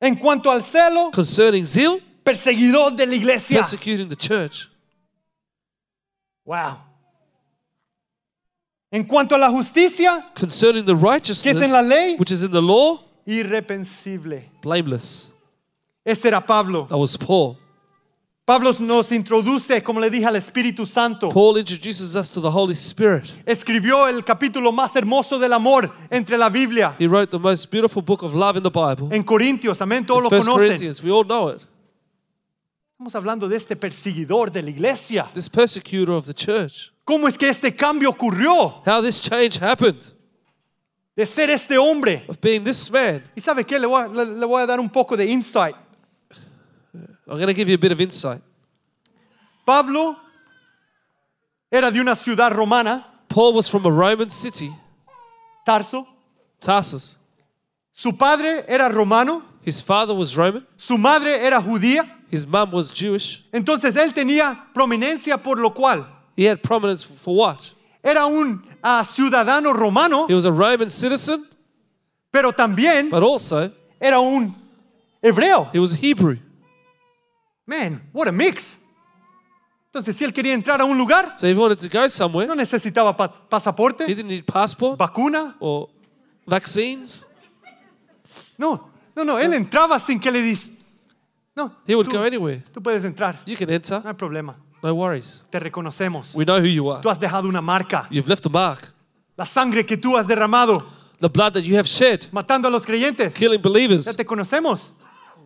Speaker 2: En cuanto al celo,
Speaker 3: Concerning zeal,
Speaker 2: perseguidor de la iglesia.
Speaker 3: persecuting the church.
Speaker 2: Wow. En cuanto a la justicia,
Speaker 3: Concerning the righteousness,
Speaker 2: en la ley?
Speaker 3: which is in the law,
Speaker 2: irrepensible.
Speaker 3: blameless.
Speaker 2: Ese era Pablo.
Speaker 3: That was Paul.
Speaker 2: Pablo nos introduce, como le dije, al Espíritu Santo.
Speaker 3: Paul introduces us to the Holy Spirit.
Speaker 2: Escribió el capítulo más hermoso del amor entre la Biblia.
Speaker 3: He wrote the most beautiful book of love in the Bible.
Speaker 2: En Corintios, amén, todos lo
Speaker 3: First
Speaker 2: conocen.
Speaker 3: Corinthians, we all know it.
Speaker 2: Estamos hablando de este perseguidor de la iglesia.
Speaker 3: This persecutor of the church.
Speaker 2: ¿Cómo es que este cambio ocurrió
Speaker 3: How this change happened
Speaker 2: de ser este hombre?
Speaker 3: of being this man.
Speaker 2: ¿Y sabe qué? Le voy, a, le- le voy a dar un poco de insight.
Speaker 3: I'm going to give you a bit of insight.
Speaker 2: Pablo era de una ciudad romana,
Speaker 3: Paul was from a Roman city,
Speaker 2: Tarso.
Speaker 3: Tarsus.
Speaker 2: Su padre era romano,
Speaker 3: His father was Roman,
Speaker 2: su madre era judía.
Speaker 3: his mum was Jewish.
Speaker 2: Entonces él tenía prominencia por lo cual
Speaker 3: He had prominence for what?
Speaker 2: era un ah, ciudadano romano,
Speaker 3: He was a Roman citizen,
Speaker 2: pero también
Speaker 3: but also
Speaker 2: era un hebreo.
Speaker 3: he was a Hebrew.
Speaker 2: Man, what a mix. Entonces si él quería entrar a un lugar,
Speaker 3: So if he wanted to go somewhere,
Speaker 2: no necesitaba pa-
Speaker 3: he
Speaker 2: pasaporte,
Speaker 3: didn't need passport
Speaker 2: vacuna.
Speaker 3: or vaccines.
Speaker 2: No, no, no, él entraba sin que le dis... No,
Speaker 3: He would
Speaker 2: tú-
Speaker 3: go anywhere.
Speaker 2: tú puedes entrar.
Speaker 3: You can enter,
Speaker 2: No hay problema.
Speaker 3: no worries.
Speaker 2: Te reconocemos.
Speaker 3: We know who you are.
Speaker 2: Tú has dejado una marca.
Speaker 3: You've left a mark.
Speaker 2: La sangre que tú has derramado
Speaker 3: The blood that you have shed,
Speaker 2: matando a los creyentes.
Speaker 3: killing
Speaker 2: Ya
Speaker 3: believers,
Speaker 2: te conocemos.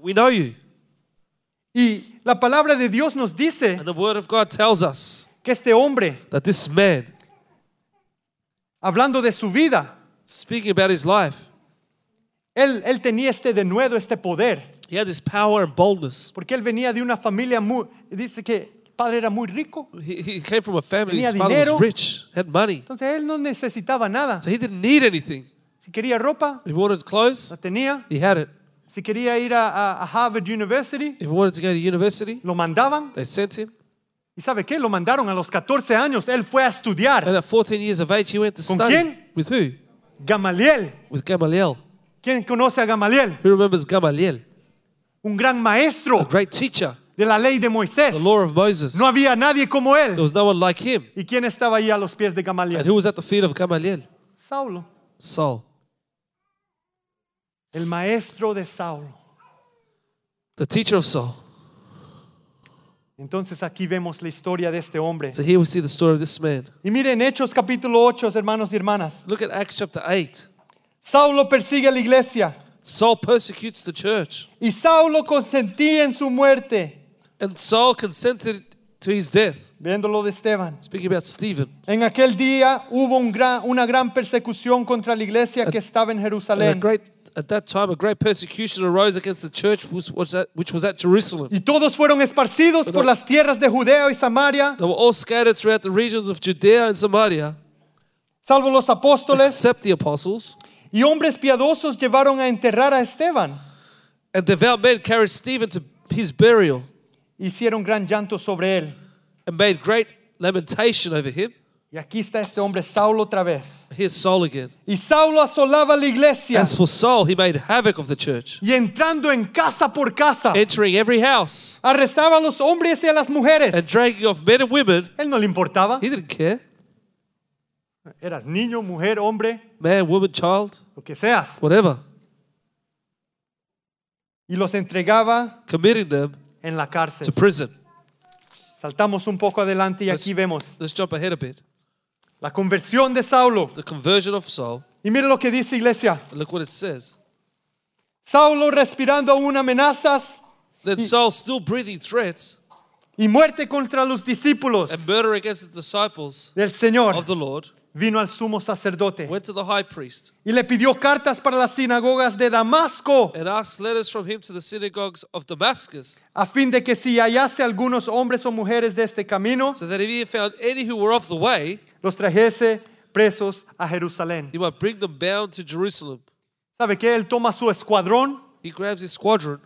Speaker 3: we know you.
Speaker 2: Y la palabra de Dios nos dice
Speaker 3: And the word of God tells us
Speaker 2: que este hombre,
Speaker 3: that this man,
Speaker 2: hablando de su vida,
Speaker 3: speaking about his life,
Speaker 2: él, él tenía este denuedo, este poder,
Speaker 3: he had this power and boldness.
Speaker 2: porque él venía de una familia muy... Dice que el padre era muy rico,
Speaker 3: He, he came from a family,
Speaker 2: Tenía
Speaker 3: his father
Speaker 2: dinero.
Speaker 3: was rich, had money.
Speaker 2: entonces él no necesitaba nada.
Speaker 3: So he didn't need anything.
Speaker 2: Si quería ropa,
Speaker 3: If he wanted
Speaker 2: la
Speaker 3: clothes,
Speaker 2: tenía.
Speaker 3: he had it.
Speaker 2: Si quería ir a, a- a Harvard University,
Speaker 3: If he wanted to go to university,
Speaker 2: lo mandaban.
Speaker 3: they sent him.
Speaker 2: ¿Y sabe qué? Lo mandaron a los 14 años. Él fue a estudiar.
Speaker 3: And at 14 years of age, he went to
Speaker 2: ¿Con
Speaker 3: study.
Speaker 2: quién?
Speaker 3: With who?
Speaker 2: Gamaliel.
Speaker 3: With Gamaliel.
Speaker 2: ¿Quién conoce a Gamaliel?
Speaker 3: Who remembers Gamaliel?
Speaker 2: Un gran
Speaker 3: A
Speaker 2: maestro
Speaker 3: great teacher,
Speaker 2: de la ley de Moisés.
Speaker 3: the law of Moses.
Speaker 2: No había nadie como
Speaker 3: There
Speaker 2: él.
Speaker 3: was no one like him.
Speaker 2: ¿Y quién estaba ahí a los pies de
Speaker 3: And
Speaker 2: Gamaliel?
Speaker 3: who was at the feet of Gamaliel?
Speaker 2: Saulo.
Speaker 3: Saul,
Speaker 2: El maestro de Saulo.
Speaker 3: the teacher of Saul.
Speaker 2: Entonces aquí vemos la historia de este hombre.
Speaker 3: So here we see the story of this man.
Speaker 2: Y miren Hechos capítulo 8, hermanos y hermanas.
Speaker 3: Look at Acts chapter 8.
Speaker 2: Saulo persigue a la iglesia
Speaker 3: Saul persecutes the church,
Speaker 2: y Saulo consentía en su muerte,
Speaker 3: and Saul consented to his death.
Speaker 2: viéndolo de Esteban.
Speaker 3: Speaking about Stephen.
Speaker 2: En aquel día hubo un gran- una gran persecución contra la iglesia que estaba en
Speaker 3: And a
Speaker 2: Jerusalén.
Speaker 3: great, at that time, a great persecution arose against the church which was at, which was at Jerusalem.
Speaker 2: Y todos fueron esparcidos por las tierras de Judea y Samaria,
Speaker 3: They were all scattered throughout the regions of Judea and Samaria,
Speaker 2: salvo los apóstoles.
Speaker 3: except the apostles.
Speaker 2: Y hombres piadosos llevaron a enterrar a Esteban.
Speaker 3: And devout men carried Stephen to his burial
Speaker 2: Hicieron gran llanto sobre él.
Speaker 3: and made great lamentation over him.
Speaker 2: Y aquí está este hombre, Saulo, otra vez.
Speaker 3: Here's Saul again.
Speaker 2: Y Saulo asolaba la iglesia
Speaker 3: As for Saul, he made havoc of the church,
Speaker 2: y entrando en casa por casa,
Speaker 3: entering every house
Speaker 2: arrestaba a los hombres y a las
Speaker 3: and
Speaker 2: mujeres.
Speaker 3: dragging off men and women.
Speaker 2: Él no le importaba.
Speaker 3: He didn't care.
Speaker 2: Eras niño, mujer, hombre,
Speaker 3: Man, woman, child,
Speaker 2: lo que seas.
Speaker 3: whatever.
Speaker 2: Y los entregaba
Speaker 3: Committing them
Speaker 2: en la
Speaker 3: to
Speaker 2: cárcel.
Speaker 3: prison.
Speaker 2: Saltamos un poco adelante y aquí
Speaker 3: Let's-
Speaker 2: vemos
Speaker 3: Let's jump ahead a bit.
Speaker 2: la conversión de Saulo.
Speaker 3: The conversion of Saul.
Speaker 2: Y mire lo que dice iglesia.
Speaker 3: And look what it says.
Speaker 2: Saulo respirando aún amenazas
Speaker 3: Then Saul, still breathing threats,
Speaker 2: y muerte contra los discípulos
Speaker 3: and murder against the disciples
Speaker 2: del Señor,
Speaker 3: of the Lord,
Speaker 2: vino al sumo sacerdote
Speaker 3: went to the high priest
Speaker 2: y le pidió cartas para las sinagogas de Damasco,
Speaker 3: and asked letters from him to the synagogues of Damascus,
Speaker 2: a fin de que si hallase algunos hombres o mujeres de este camino,
Speaker 3: so that if he found any who were of the way,
Speaker 2: los trajese presos a Jerusalén.
Speaker 3: he might bring them bound to Jerusalem.
Speaker 2: ¿Sabe qué? Él toma su escuadrón
Speaker 3: He grabs his squadron,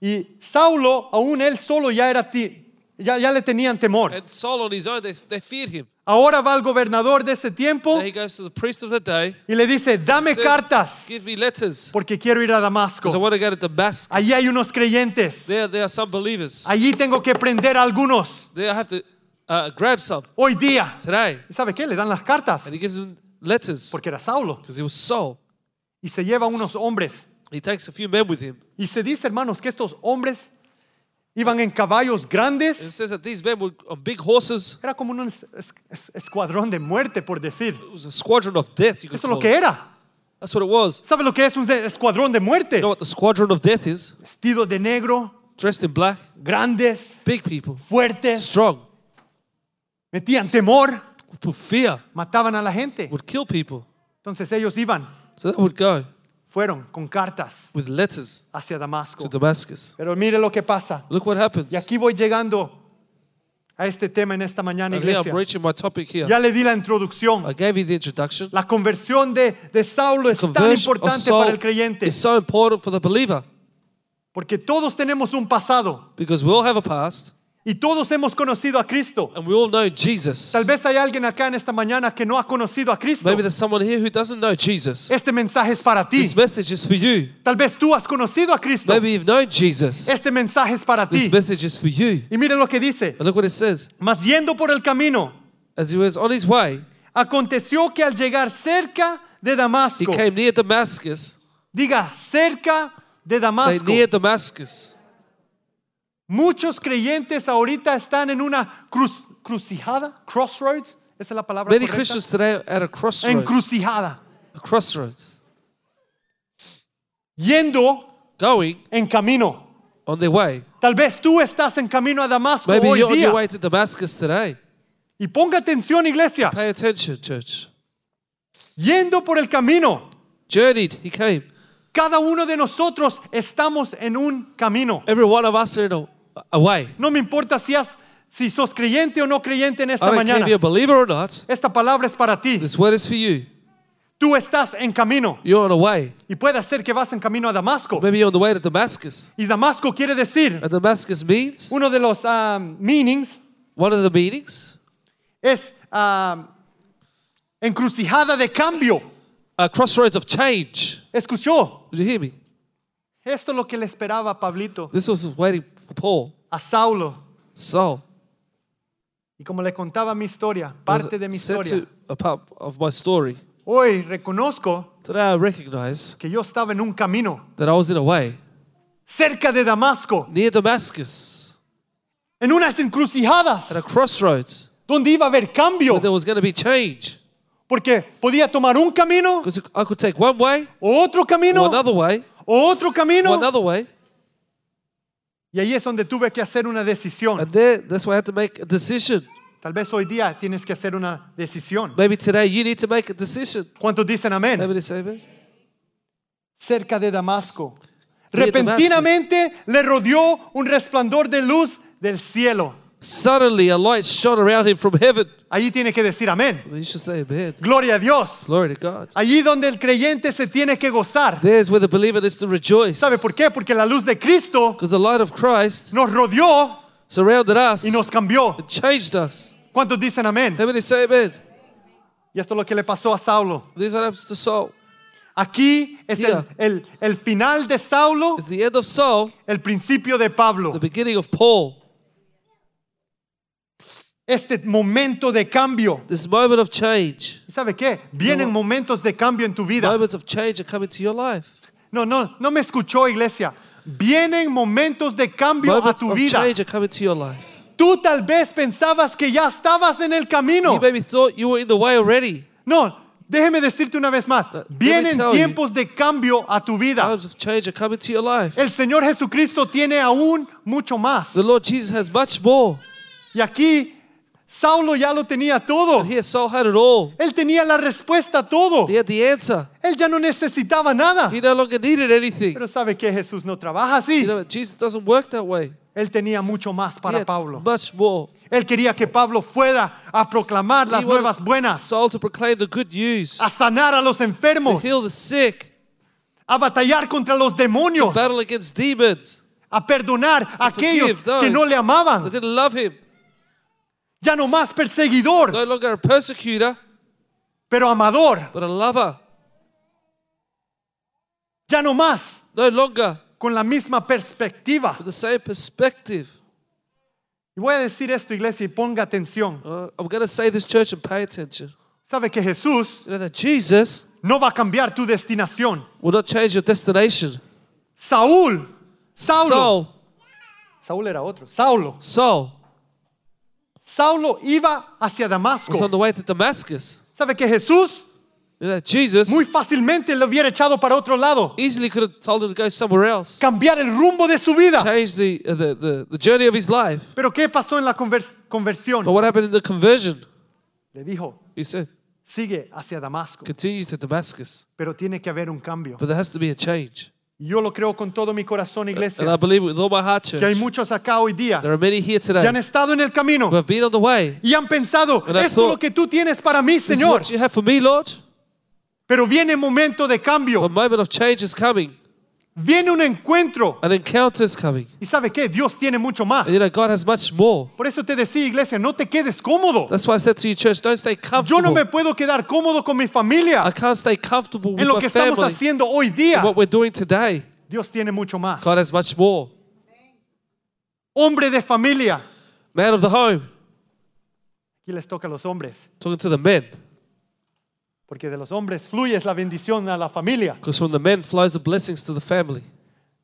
Speaker 2: y Saulo, aún él solo ya era ti- ya, ya le tenían temor.
Speaker 3: and Saul on his own, they, they feared him.
Speaker 2: Ahora va el gobernador de ese tiempo
Speaker 3: Now he goes to the priest of the day.
Speaker 2: y le dice, dame
Speaker 3: says,
Speaker 2: cartas
Speaker 3: Give me letters,
Speaker 2: porque quiero ir a
Speaker 3: because I
Speaker 2: Damasco.
Speaker 3: want to go to Damascus.
Speaker 2: Allí hay unos creyentes.
Speaker 3: There, there are some believers.
Speaker 2: Allí tengo que prender a algunos.
Speaker 3: There, I have to uh, grab some
Speaker 2: Hoy día.
Speaker 3: today.
Speaker 2: ¿Y sabe qué? Le dan las cartas
Speaker 3: And he gives them letters,
Speaker 2: porque era Saulo.
Speaker 3: because he was Saul.
Speaker 2: Y se lleva a unos hombres.
Speaker 3: He takes a few men with him.
Speaker 2: Y se dice, hermanos, que estos hombres iban en caballos
Speaker 3: And it
Speaker 2: grandes.
Speaker 3: says that these men were on big horses.
Speaker 2: Era como un es- es- es- escuadrón de muerte, por decir.
Speaker 3: It was a squadron of death, you could
Speaker 2: Eso es
Speaker 3: call
Speaker 2: lo que
Speaker 3: it.
Speaker 2: era.
Speaker 3: That's what it was.
Speaker 2: ¿Sabe lo que es un escuadrón de muerte?
Speaker 3: You know what the squadron of death is?
Speaker 2: Vestidos de negro,
Speaker 3: Dressed in black,
Speaker 2: grandes,
Speaker 3: big people,
Speaker 2: fuertes,
Speaker 3: strong,
Speaker 2: metían temor,
Speaker 3: would put fear,
Speaker 2: mataban a la gente.
Speaker 3: would kill people.
Speaker 2: Entonces ellos iban,
Speaker 3: So that would go
Speaker 2: fueron con cartas
Speaker 3: with letters
Speaker 2: hacia
Speaker 3: to
Speaker 2: Damasco.
Speaker 3: Damascus.
Speaker 2: Pero mire lo que pasa.
Speaker 3: Look what happens.
Speaker 2: Y aquí voy llegando a este tema en esta mañana,
Speaker 3: And here
Speaker 2: iglesia.
Speaker 3: I'm reaching my topic here.
Speaker 2: Ya le di la introducción.
Speaker 3: I gave you the introduction.
Speaker 2: La conversión de, de Saulo es tan
Speaker 3: Conversion of
Speaker 2: importante para
Speaker 3: soul
Speaker 2: el creyente
Speaker 3: is so important for the believer
Speaker 2: porque todos tenemos un pasado
Speaker 3: because we all have a past
Speaker 2: y todos hemos conocido a Cristo.
Speaker 3: and we all know Jesus.
Speaker 2: Tal vez hay alguien acá en esta mañana que no ha conocido a Cristo.
Speaker 3: Maybe there's someone here who doesn't know Jesus.
Speaker 2: Este mensaje es para ti.
Speaker 3: This message is for you.
Speaker 2: Tal vez tú has conocido a Cristo.
Speaker 3: Maybe you've known Jesus.
Speaker 2: Este mensaje es para ti.
Speaker 3: This message is for you.
Speaker 2: Y miren lo que dice.
Speaker 3: And look what it says.
Speaker 2: Mas yendo por el camino,
Speaker 3: As he was on his way,
Speaker 2: aconteció que al llegar cerca de
Speaker 3: he
Speaker 2: Damasco,
Speaker 3: came near Damascus.
Speaker 2: diga cerca de
Speaker 3: Say
Speaker 2: Damasco,
Speaker 3: near Damascus.
Speaker 2: muchos creyentes ahorita están en una cruz, crucijada, crossroads, esa es la palabra
Speaker 3: Many
Speaker 2: correcta?
Speaker 3: Christians today are at a crossroads.
Speaker 2: encrucijada,
Speaker 3: A crossroads.
Speaker 2: yendo
Speaker 3: Going
Speaker 2: en camino.
Speaker 3: on their way.
Speaker 2: Tal vez tú estás en camino a Damasco
Speaker 3: Maybe
Speaker 2: hoy
Speaker 3: you're on
Speaker 2: día.
Speaker 3: your way to Damascus today.
Speaker 2: Y ponga atención, iglesia.
Speaker 3: Pay attention, church.
Speaker 2: Yendo por el camino,
Speaker 3: Journeyed, he came.
Speaker 2: cada uno de nosotros estamos en un camino.
Speaker 3: Every one of us are in a, a way.
Speaker 2: No me importa si, has, si sos creyente o no creyente en
Speaker 3: I
Speaker 2: esta
Speaker 3: don't care
Speaker 2: mañana.
Speaker 3: if you're a believer or not.
Speaker 2: Esta palabra es para ti.
Speaker 3: This word is for you.
Speaker 2: Tú estás en camino.
Speaker 3: You're on a way.
Speaker 2: Y puede ser que vas en camino a Damasco.
Speaker 3: Maybe you're on the way to Damascus.
Speaker 2: Y Damasco quiere decir,
Speaker 3: And Damascus means
Speaker 2: uno de los ah, meanings
Speaker 3: one of the meanings,
Speaker 2: es ah, encrucijada de cambio.
Speaker 3: a crossroads of change.
Speaker 2: Escuchó,
Speaker 3: Did you hear me?
Speaker 2: esto es lo que le esperaba a Pablito,
Speaker 3: This was waiting for Paul,
Speaker 2: a Saulo.
Speaker 3: Saul.
Speaker 2: Y como le contaba mi historia,
Speaker 3: was
Speaker 2: parte de mi
Speaker 3: set
Speaker 2: historia,
Speaker 3: to a part of my story.
Speaker 2: hoy reconozco
Speaker 3: Today I recognize
Speaker 2: que yo estaba en un camino
Speaker 3: that I was in a way
Speaker 2: cerca de Damasco,
Speaker 3: near Damascus
Speaker 2: en unas encrucijadas
Speaker 3: at a crossroads
Speaker 2: donde iba a haber cambio,
Speaker 3: where there was going to be change.
Speaker 2: porque podía tomar un camino,
Speaker 3: Because I could take one way
Speaker 2: o otro
Speaker 3: or
Speaker 2: camino,
Speaker 3: another way
Speaker 2: o otro
Speaker 3: or
Speaker 2: camino,
Speaker 3: another way.
Speaker 2: Y ahí es donde tuve que hacer una decisión.
Speaker 3: And there, that's why I had to make a decision.
Speaker 2: Tal vez hoy día tienes que hacer una decisión.
Speaker 3: Maybe today you need to make a decision.
Speaker 2: ¿Cuántos dicen amén?
Speaker 3: Maybe say amen.
Speaker 2: Cerca de Damasco.
Speaker 3: Near Damascus.
Speaker 2: Repentinamente le rodeó un resplandor de luz del cielo.
Speaker 3: Suddenly a light shone around him from heaven.
Speaker 2: Allí tiene que decir amén.
Speaker 3: Well, You should say amen.
Speaker 2: Gloria a Dios.
Speaker 3: Glory to God.
Speaker 2: Allí donde el creyente se tiene que gozar.
Speaker 3: There's where the believer is to rejoice.
Speaker 2: ¿Sabe por qué? Porque la luz de Cristo
Speaker 3: Because the light of Christ
Speaker 2: nos rodeó
Speaker 3: surrounded us
Speaker 2: y nos cambió.
Speaker 3: and changed us.
Speaker 2: ¿Cuántos dicen amén?
Speaker 3: How many say amen?
Speaker 2: Y esto es lo que le pasó a Saulo.
Speaker 3: This is what happens to Saul.
Speaker 2: Aquí es el,
Speaker 3: Yeah.
Speaker 2: el- el final de Saulo,
Speaker 3: It's the end of Saul,
Speaker 2: el principio de Pablo.
Speaker 3: the beginning of Paul.
Speaker 2: este momento de cambio.
Speaker 3: This moment of change.
Speaker 2: ¿Y sabe qué? Vienen momentos de cambio en tu vida.
Speaker 3: Moments of change are coming to your life.
Speaker 2: No, no, no me escuchó, iglesia. Vienen momentos de cambio a
Speaker 3: Moments
Speaker 2: tu
Speaker 3: of
Speaker 2: vida.
Speaker 3: change are coming to your life.
Speaker 2: Tú tal vez pensabas que ya estabas en el camino.
Speaker 3: You maybe thought you were in the way already.
Speaker 2: No, déjeme decirte una vez más.
Speaker 3: let me
Speaker 2: Vienen
Speaker 3: tell you.
Speaker 2: tiempos de cambio a tu vida.
Speaker 3: Times of change are coming to your life.
Speaker 2: El Señor Jesucristo tiene aún mucho más.
Speaker 3: The Lord Jesus has much more.
Speaker 2: Y aquí Saulo ya lo tenía todo.
Speaker 3: And here Saul had it all.
Speaker 2: Él tenía la respuesta a todo.
Speaker 3: He had the answer.
Speaker 2: Él ya no necesitaba nada.
Speaker 3: He no longer needed anything.
Speaker 2: Pero sabe que Jesús no trabaja
Speaker 3: You
Speaker 2: así.
Speaker 3: know, Jesus doesn't work that way.
Speaker 2: Él tenía mucho más
Speaker 3: He
Speaker 2: para
Speaker 3: had
Speaker 2: Pablo.
Speaker 3: Much more.
Speaker 2: Él quería que Pablo fuera a proclamar las
Speaker 3: He wanted
Speaker 2: nuevas buenas,
Speaker 3: Saul to proclaim the good news,
Speaker 2: a sanar a los
Speaker 3: to
Speaker 2: enfermos,
Speaker 3: heal the sick,
Speaker 2: a batallar contra los demonios,
Speaker 3: battle against demons,
Speaker 2: a perdonar a
Speaker 3: to
Speaker 2: aquellos
Speaker 3: forgive those
Speaker 2: que no le
Speaker 3: that
Speaker 2: amaban.
Speaker 3: didn't love him.
Speaker 2: Ya no más perseguidor,
Speaker 3: No longer a persecutor,
Speaker 2: pero amador.
Speaker 3: but a lover.
Speaker 2: Ya no más
Speaker 3: No longer
Speaker 2: con la misma perspectiva.
Speaker 3: with the same perspective.
Speaker 2: Y voy a decir esto, iglesia, y ponga atención.
Speaker 3: Uh, I'm going to say this, church, and pay attention.
Speaker 2: Sabe que Jesús
Speaker 3: You know that Jesus
Speaker 2: no va a cambiar tu destinación.
Speaker 3: will not change your destination.
Speaker 2: Saúl, Saulo,
Speaker 3: Saul,
Speaker 2: Saúl era otro. Saulo,
Speaker 3: Saul
Speaker 2: Saulo iba hacia
Speaker 3: was on
Speaker 2: Damasco.
Speaker 3: the way to Damascus.
Speaker 2: Sabe que Jesús
Speaker 3: You know, Jesus
Speaker 2: muy fácilmente lo hubiera echado para otro lado,
Speaker 3: easily could have told him to go somewhere else,
Speaker 2: cambiar el rumbo de su vida.
Speaker 3: change the, uh, the, the, the journey of his life.
Speaker 2: Pero ¿qué pasó en la conver-
Speaker 3: But
Speaker 2: conversión?
Speaker 3: what happened in the conversion?
Speaker 2: Le dijo,
Speaker 3: He said,
Speaker 2: sigue hacia Damasco,
Speaker 3: continue to Damascus.
Speaker 2: pero tiene que haber un cambio.
Speaker 3: But there has to be a change.
Speaker 2: Y yo lo creo con todo mi corazón,
Speaker 3: And I
Speaker 2: iglesia,
Speaker 3: believe with all my heart,
Speaker 2: que hay
Speaker 3: church,
Speaker 2: muchos acá hoy día
Speaker 3: there are many here
Speaker 2: que
Speaker 3: today
Speaker 2: han estado en el camino
Speaker 3: who have been on the way.
Speaker 2: y han pensado,
Speaker 3: And I
Speaker 2: esto es lo
Speaker 3: thought,
Speaker 2: que tú tienes para mí,
Speaker 3: This is
Speaker 2: Señor.
Speaker 3: what you have for me, Lord.
Speaker 2: Pero viene momento de
Speaker 3: A
Speaker 2: cambio,
Speaker 3: moment of change is coming.
Speaker 2: viene un encuentro.
Speaker 3: An encounter is coming.
Speaker 2: ¿Y sabe qué? Dios tiene mucho más.
Speaker 3: And you know, God has much more.
Speaker 2: Por eso te decía, iglesia, no te quedes cómodo.
Speaker 3: That's why I said to you, church, don't stay
Speaker 2: Yo no me
Speaker 3: comfortable.
Speaker 2: puedo quedar cómodo con mi familia
Speaker 3: I can't stay comfortable with
Speaker 2: en lo que
Speaker 3: my
Speaker 2: estamos
Speaker 3: family.
Speaker 2: haciendo hoy día.
Speaker 3: What we're doing today,
Speaker 2: Dios tiene mucho más.
Speaker 3: God has much more.
Speaker 2: Hombre de familia.
Speaker 3: Man of the home,
Speaker 2: Aquí les toca a los hombres,
Speaker 3: talking to the men,
Speaker 2: porque de los hombres fluye la bendición a la familia.
Speaker 3: because from the men flows the blessings to the family.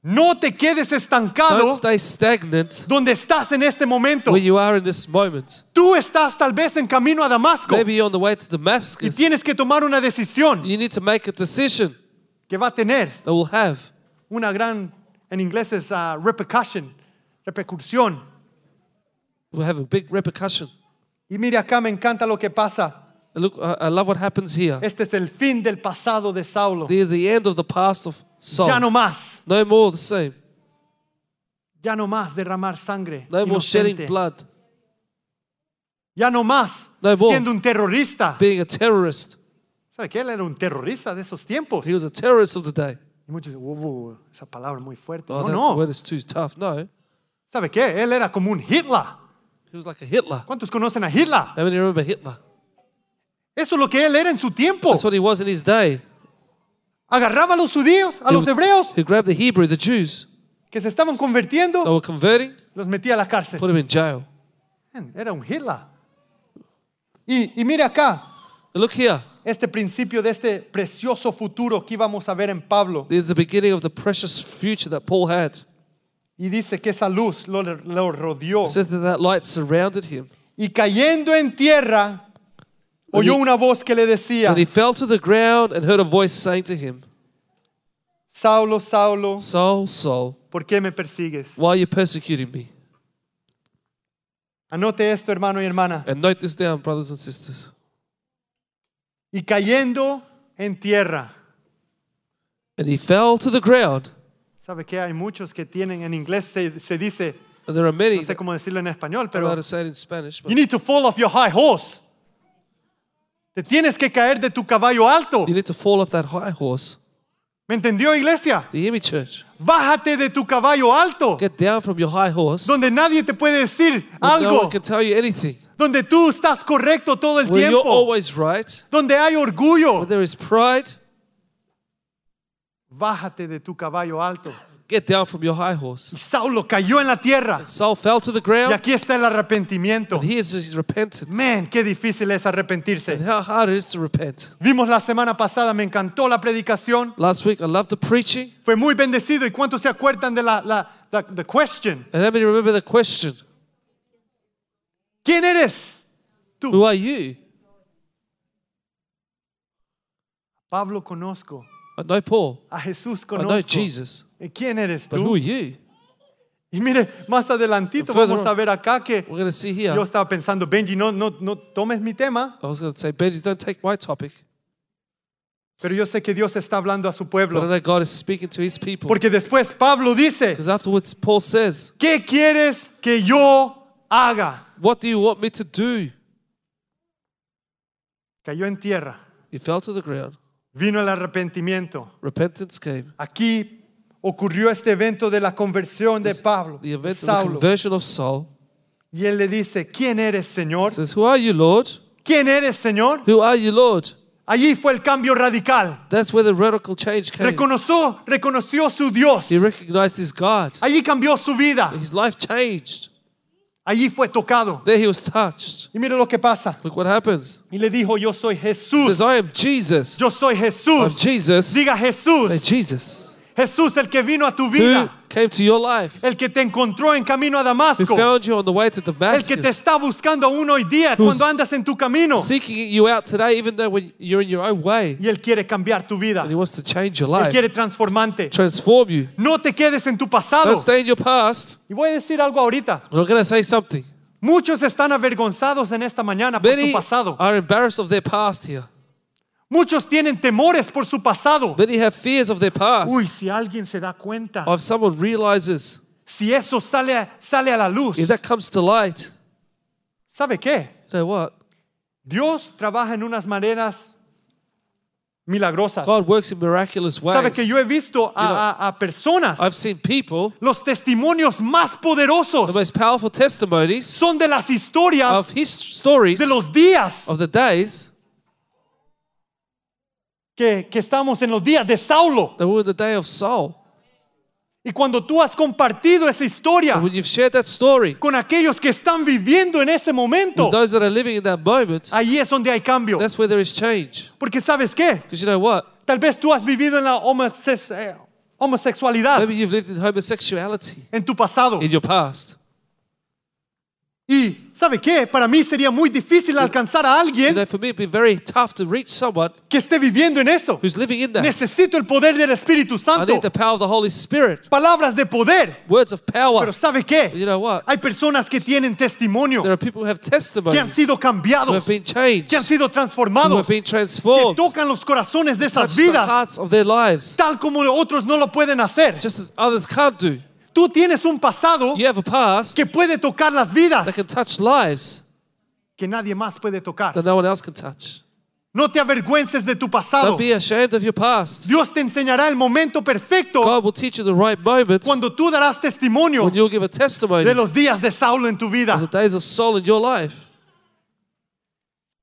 Speaker 2: No te quedes
Speaker 3: Don't
Speaker 2: estancado
Speaker 3: stay stagnant
Speaker 2: donde estás en este momento.
Speaker 3: where you are in this moment.
Speaker 2: Tú estás tal vez en camino a Damasco
Speaker 3: Maybe you're on the way to
Speaker 2: y
Speaker 3: Damascus.
Speaker 2: tienes que tomar una decisión
Speaker 3: You need to make a decision
Speaker 2: que va a tener
Speaker 3: that will have
Speaker 2: una gran, en inglés es ah, repercussion, repercusión.
Speaker 3: will have a big repercussion.
Speaker 2: Y mire acá, me encanta lo que pasa.
Speaker 3: And look, I, I love what happens here.
Speaker 2: Este es el fin del pasado de Saulo.
Speaker 3: This is the end of the past of Saul.
Speaker 2: Ya no más,
Speaker 3: No more the same.
Speaker 2: ya no más derramar sangre.
Speaker 3: No more shedding
Speaker 2: inocente.
Speaker 3: blood.
Speaker 2: Ya no más
Speaker 3: No more.
Speaker 2: siendo un terrorista.
Speaker 3: Being a terrorist.
Speaker 2: ¿Sabe qué? Él era un terrorista de esos tiempos.
Speaker 3: He was a terrorist of the day.
Speaker 2: Y muchos dicen, "Wow, wow, esa palabra es muy fuerte.
Speaker 3: Oh,
Speaker 2: No,
Speaker 3: that
Speaker 2: no.
Speaker 3: word is too tough. No.
Speaker 2: ¿Sabe qué? Él era como un Hitler.
Speaker 3: He was like a Hitler.
Speaker 2: ¿Cuántos conocen a Hitler?
Speaker 3: How many remember Hitler?
Speaker 2: Eso es lo que él era en su tiempo.
Speaker 3: That's what he was in his day.
Speaker 2: Agarraba a los judíos, a
Speaker 3: He
Speaker 2: los
Speaker 3: would-
Speaker 2: hebreos
Speaker 3: He grabbed the Hebrew, the Jews
Speaker 2: que se estaban
Speaker 3: that
Speaker 2: convirtiendo,
Speaker 3: were converting,
Speaker 2: los metía a la cárcel.
Speaker 3: put him in jail.
Speaker 2: Era un Hitler. Y, y mire acá,
Speaker 3: And look here.
Speaker 2: este principio de este precioso futuro que íbamos a ver en Pablo.
Speaker 3: This is the beginning of the precious future that Paul had.
Speaker 2: Y dice que esa luz lo, lo rodeó.
Speaker 3: It says that that light surrounded him.
Speaker 2: Y cayendo en tierra, oyó una voz que le decía,
Speaker 3: And he fell to the ground and heard a voice saying to him,
Speaker 2: Saulo, Saulo,
Speaker 3: Saul, Saul,
Speaker 2: ¿por qué me persigues?
Speaker 3: why are you persecuting me?
Speaker 2: Anote esto, hermano y hermana.
Speaker 3: And note this down, brothers and sisters.
Speaker 2: Y cayendo en tierra.
Speaker 3: And he fell to the ground.
Speaker 2: ¿Sabe que hay muchos que tienen, en inglés se, se dice,
Speaker 3: And there are many,
Speaker 2: no sé cómo decirlo en español,
Speaker 3: I don't know how
Speaker 2: pero
Speaker 3: to say it in Spanish, but
Speaker 2: you need to fall off your high horse. Te tienes que caer de tu caballo alto.
Speaker 3: you need to fall off that high horse.
Speaker 2: ¿Me entendió, iglesia?
Speaker 3: Do you hear me, church?
Speaker 2: Bájate de tu caballo alto,
Speaker 3: Get down from your high horse. where
Speaker 2: donde nadie te puede decir
Speaker 3: No one
Speaker 2: algo,
Speaker 3: can tell you anything.
Speaker 2: donde tú estás correcto todo el
Speaker 3: Where you're
Speaker 2: tiempo,
Speaker 3: always right,
Speaker 2: donde hay orgullo.
Speaker 3: where there is pride,
Speaker 2: Bájate de tu caballo alto.
Speaker 3: get down from your high horse.
Speaker 2: Y Saulo cayó en la tierra.
Speaker 3: Saul fell to the
Speaker 2: Y
Speaker 3: ground.
Speaker 2: aquí está el arrepentimiento.
Speaker 3: And here's his repentance.
Speaker 2: Man, qué difícil es
Speaker 3: And
Speaker 2: arrepentirse.
Speaker 3: how hard it is to repent.
Speaker 2: Vimos la semana pasada, me encantó la predicación.
Speaker 3: Last week, I loved the preaching.
Speaker 2: Fue muy bendecido. ¿Y cuántos se acuerdan de la, la, la the question?
Speaker 3: And let me remember the question
Speaker 2: ¿Quién eres?
Speaker 3: Who are you?
Speaker 2: Pablo conozco.
Speaker 3: I know Paul.
Speaker 2: A Jesús
Speaker 3: I know
Speaker 2: conozco.
Speaker 3: Oh, Jesus.
Speaker 2: ¿Y ¿Quién eres
Speaker 3: But who
Speaker 2: tú?
Speaker 3: are you?
Speaker 2: Y mire, más adelantito
Speaker 3: Further
Speaker 2: vamos a
Speaker 3: on.
Speaker 2: ver acá que
Speaker 3: We're going to see here.
Speaker 2: yo estaba pensando, Benji, no, no, no tomes mi tema,
Speaker 3: I was going to say, Benji, don't take my topic.
Speaker 2: pero yo sé que Dios está hablando a su
Speaker 3: But I
Speaker 2: pueblo.
Speaker 3: know God is speaking to his people.
Speaker 2: Porque después Pablo dice,
Speaker 3: Because afterwards, Paul says,
Speaker 2: ¿qué quieres que yo haga?
Speaker 3: What do you want me to do?
Speaker 2: Cayó en tierra,
Speaker 3: He fell to the ground.
Speaker 2: vino el arrepentimiento.
Speaker 3: Repentance came.
Speaker 2: Aquí ocurrió este evento de la conversión de Pablo,
Speaker 3: The event of the
Speaker 2: Saulo.
Speaker 3: conversion of Saul
Speaker 2: Y él le dice, ¿quién eres, Señor?
Speaker 3: says, Who are you, Lord?
Speaker 2: ¿Quién eres, Señor?
Speaker 3: Who are you, Lord?
Speaker 2: Allí fue el cambio radical.
Speaker 3: That's where the radical change came.
Speaker 2: Reconoció, reconoció su Dios.
Speaker 3: He recognized his God.
Speaker 2: Allí cambió su vida.
Speaker 3: His life changed.
Speaker 2: Allí fue tocado.
Speaker 3: There he was touched.
Speaker 2: Y mire lo que pasa.
Speaker 3: Look what happens.
Speaker 2: Y le dijo, yo soy
Speaker 3: He says,
Speaker 2: Jesús.
Speaker 3: I am Jesus.
Speaker 2: Yo soy
Speaker 3: I'm
Speaker 2: Jesús.
Speaker 3: Jesus.
Speaker 2: Diga
Speaker 3: Say,
Speaker 2: Jesús.
Speaker 3: Jesus.
Speaker 2: Jesús, el que vino a tu
Speaker 3: Who
Speaker 2: vida.
Speaker 3: came to your life?
Speaker 2: El que te encontró en camino a
Speaker 3: Who
Speaker 2: Damasco.
Speaker 3: found you on the way to
Speaker 2: El que te
Speaker 3: Damascus?
Speaker 2: está buscando aún hoy día
Speaker 3: Who's-
Speaker 2: cuando andas en tu camino.
Speaker 3: Seeking you out today, even though when you're in your own way.
Speaker 2: Y Él quiere cambiar tu vida.
Speaker 3: And he wants to change your
Speaker 2: Él
Speaker 3: life,
Speaker 2: quiere transformarte.
Speaker 3: transform you.
Speaker 2: No te quedes en tu pasado.
Speaker 3: Don't stay in your past.
Speaker 2: Y voy a decir algo ahorita.
Speaker 3: But I'm going to say something.
Speaker 2: Muchos están avergonzados en esta mañana por su
Speaker 3: Many
Speaker 2: pasado.
Speaker 3: are embarrassed of their past here.
Speaker 2: Muchos tienen temores por su pasado.
Speaker 3: Many have fears of their past.
Speaker 2: Uy, si alguien se da cuenta,
Speaker 3: Or if someone realizes,
Speaker 2: si eso sale, a- sale a la luz,
Speaker 3: if that comes to light,
Speaker 2: ¿sabe qué?
Speaker 3: you know what?
Speaker 2: Dios trabaja en unas maneras milagrosas.
Speaker 3: God works in miraculous
Speaker 2: ¿Sabe
Speaker 3: ways.
Speaker 2: que yo he visto a,
Speaker 3: You know,
Speaker 2: a- a personas,
Speaker 3: I've seen people,
Speaker 2: los testimonios más
Speaker 3: the
Speaker 2: poderosos
Speaker 3: most powerful testimonies
Speaker 2: son de las historias
Speaker 3: of his stories
Speaker 2: de los días
Speaker 3: of the days
Speaker 2: que, que estamos en los días de Saulo.
Speaker 3: that were in the day of Saul.
Speaker 2: Y cuando tú has compartido esa historia
Speaker 3: And when you've shared that story
Speaker 2: con aquellos que están viviendo en ese momento,
Speaker 3: with those that are living in that moment,
Speaker 2: ahí es donde hay cambio.
Speaker 3: that's where there is change.
Speaker 2: Porque sabes qué?
Speaker 3: Because you know what?
Speaker 2: Tal vez tú has vivido en la homosex- eh, homosexualidad
Speaker 3: Maybe you've lived in homosexuality
Speaker 2: en tu pasado.
Speaker 3: in your past.
Speaker 2: Y ¿sabe qué? Para mí sería muy difícil alcanzar a
Speaker 3: You know,
Speaker 2: alguien
Speaker 3: for me, it'd be very tough to reach someone
Speaker 2: que esté viviendo en eso.
Speaker 3: who's living in that.
Speaker 2: Necesito el poder del Espíritu
Speaker 3: I
Speaker 2: Santo.
Speaker 3: need the power of the Holy Spirit,
Speaker 2: Palabras de poder.
Speaker 3: words of
Speaker 2: Pero
Speaker 3: power.
Speaker 2: ¿sabe
Speaker 3: You
Speaker 2: qué?
Speaker 3: know what?
Speaker 2: Hay personas que tienen
Speaker 3: There
Speaker 2: testimonio,
Speaker 3: are people who have
Speaker 2: que han
Speaker 3: testimonies, who
Speaker 2: sido cambiados,
Speaker 3: have been
Speaker 2: que han
Speaker 3: changed,
Speaker 2: sido
Speaker 3: who have
Speaker 2: transformados,
Speaker 3: been
Speaker 2: que
Speaker 3: transformed,
Speaker 2: tocan los corazones de
Speaker 3: touched
Speaker 2: esas
Speaker 3: the
Speaker 2: vidas,
Speaker 3: hearts of their lives,
Speaker 2: tal como otros no lo pueden hacer.
Speaker 3: just as others can't do.
Speaker 2: Tú tienes un pasado
Speaker 3: You have a past
Speaker 2: que puede tocar las vidas
Speaker 3: that can touch lives
Speaker 2: que nadie más puede tocar.
Speaker 3: that no one else can touch.
Speaker 2: No te avergüences de tu pasado.
Speaker 3: Don't be ashamed of your past.
Speaker 2: Dios te enseñará el momento perfecto
Speaker 3: God will teach you the right moments when
Speaker 2: cuando tú darás testimonio
Speaker 3: you'll give a testimony
Speaker 2: de
Speaker 3: of
Speaker 2: los días de Saulo en tu
Speaker 3: the
Speaker 2: vida.
Speaker 3: days of Saul in your life.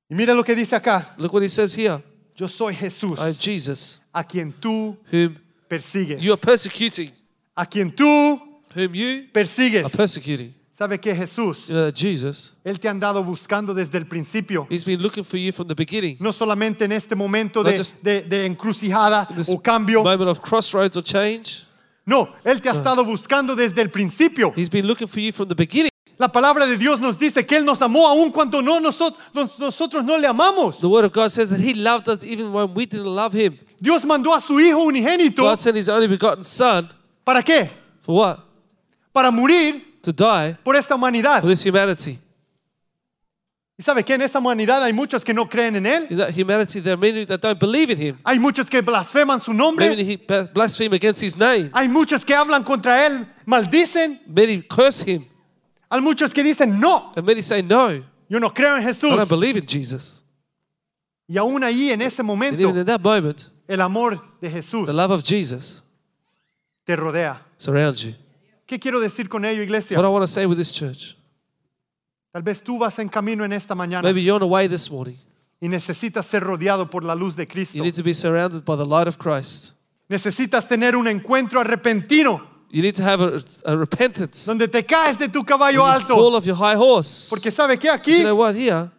Speaker 2: Y mira lo que dice acá.
Speaker 3: Look what he says here.
Speaker 2: Yo soy Jesús,
Speaker 3: I am Jesus,
Speaker 2: a quien tú
Speaker 3: whom
Speaker 2: persigues.
Speaker 3: you are persecuting,
Speaker 2: A quien tú
Speaker 3: whom you are
Speaker 2: persigues.
Speaker 3: persecuting.
Speaker 2: ¿Sabe qué, Jesús?
Speaker 3: You know, that Jesus,
Speaker 2: Él te ha andado buscando desde el principio.
Speaker 3: he's been looking for you from the beginning.
Speaker 2: No solamente en este momento
Speaker 3: No
Speaker 2: de,
Speaker 3: just-
Speaker 2: de- de encrucijada
Speaker 3: This
Speaker 2: o cambio.
Speaker 3: moment Ah. of crossroads or change,
Speaker 2: No, Él te ha estado buscando desde el principio.
Speaker 3: he's been looking for you from the beginning.
Speaker 2: La palabra de Dios nos dice que Él nos amó aun cuando no nosot- nos- nosotros no le amamos.
Speaker 3: The word of God says that he loved us even when we didn't love him.
Speaker 2: Dios mandó a su Hijo unigénito.
Speaker 3: God sent his only begotten son
Speaker 2: ¿Para qué?
Speaker 3: for what?
Speaker 2: Para morir
Speaker 3: To die
Speaker 2: por esta humanidad.
Speaker 3: for this humanity.
Speaker 2: ¿Y sabe qué? En esa humanidad hay muchos que no creen en Él.
Speaker 3: In that humanity, there are many that don't believe in him.
Speaker 2: Hay muchos que blasfeman su
Speaker 3: Many
Speaker 2: nombre.
Speaker 3: he ba- blaspheme against his name.
Speaker 2: Hay muchos que hablan contra Él, maldicen.
Speaker 3: Many curse him.
Speaker 2: Hay muchos que dicen, no,
Speaker 3: And many say, No,
Speaker 2: yo no creo en
Speaker 3: I
Speaker 2: Jesús.
Speaker 3: don't believe in Jesus.
Speaker 2: Y aún ahí, en ese
Speaker 3: And even
Speaker 2: momento,
Speaker 3: in that moment,
Speaker 2: el amor de Jesús
Speaker 3: the love of Jesus
Speaker 2: te rodea.
Speaker 3: surrounds you.
Speaker 2: ¿Qué quiero decir con ello, iglesia?
Speaker 3: What I want to say with this church,
Speaker 2: Tal vez tú vas en camino en esta mañana
Speaker 3: maybe you're on a way this morning.
Speaker 2: y necesitas ser rodeado por la luz de
Speaker 3: You
Speaker 2: Cristo.
Speaker 3: need to be surrounded by the light of Christ.
Speaker 2: Necesitas tener un encuentro repentino
Speaker 3: You need to have a, a repentance.
Speaker 2: donde te caes de tu
Speaker 3: You
Speaker 2: caballo
Speaker 3: fall
Speaker 2: alto.
Speaker 3: off your high horse.
Speaker 2: Porque sabe que
Speaker 3: you
Speaker 2: aquí
Speaker 3: know what? Here,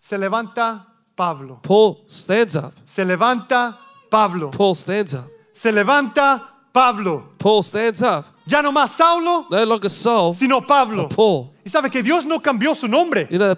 Speaker 2: se levanta Pablo.
Speaker 3: Paul stands up.
Speaker 2: Se levanta Pablo.
Speaker 3: Paul stands up.
Speaker 2: Se levanta Pablo.
Speaker 3: Paul stands up.
Speaker 2: Ya no más Saulo,
Speaker 3: No longer Saul,
Speaker 2: sino Pablo.
Speaker 3: but Paul.
Speaker 2: Y sabe que Dios no cambió su nombre.
Speaker 3: You know,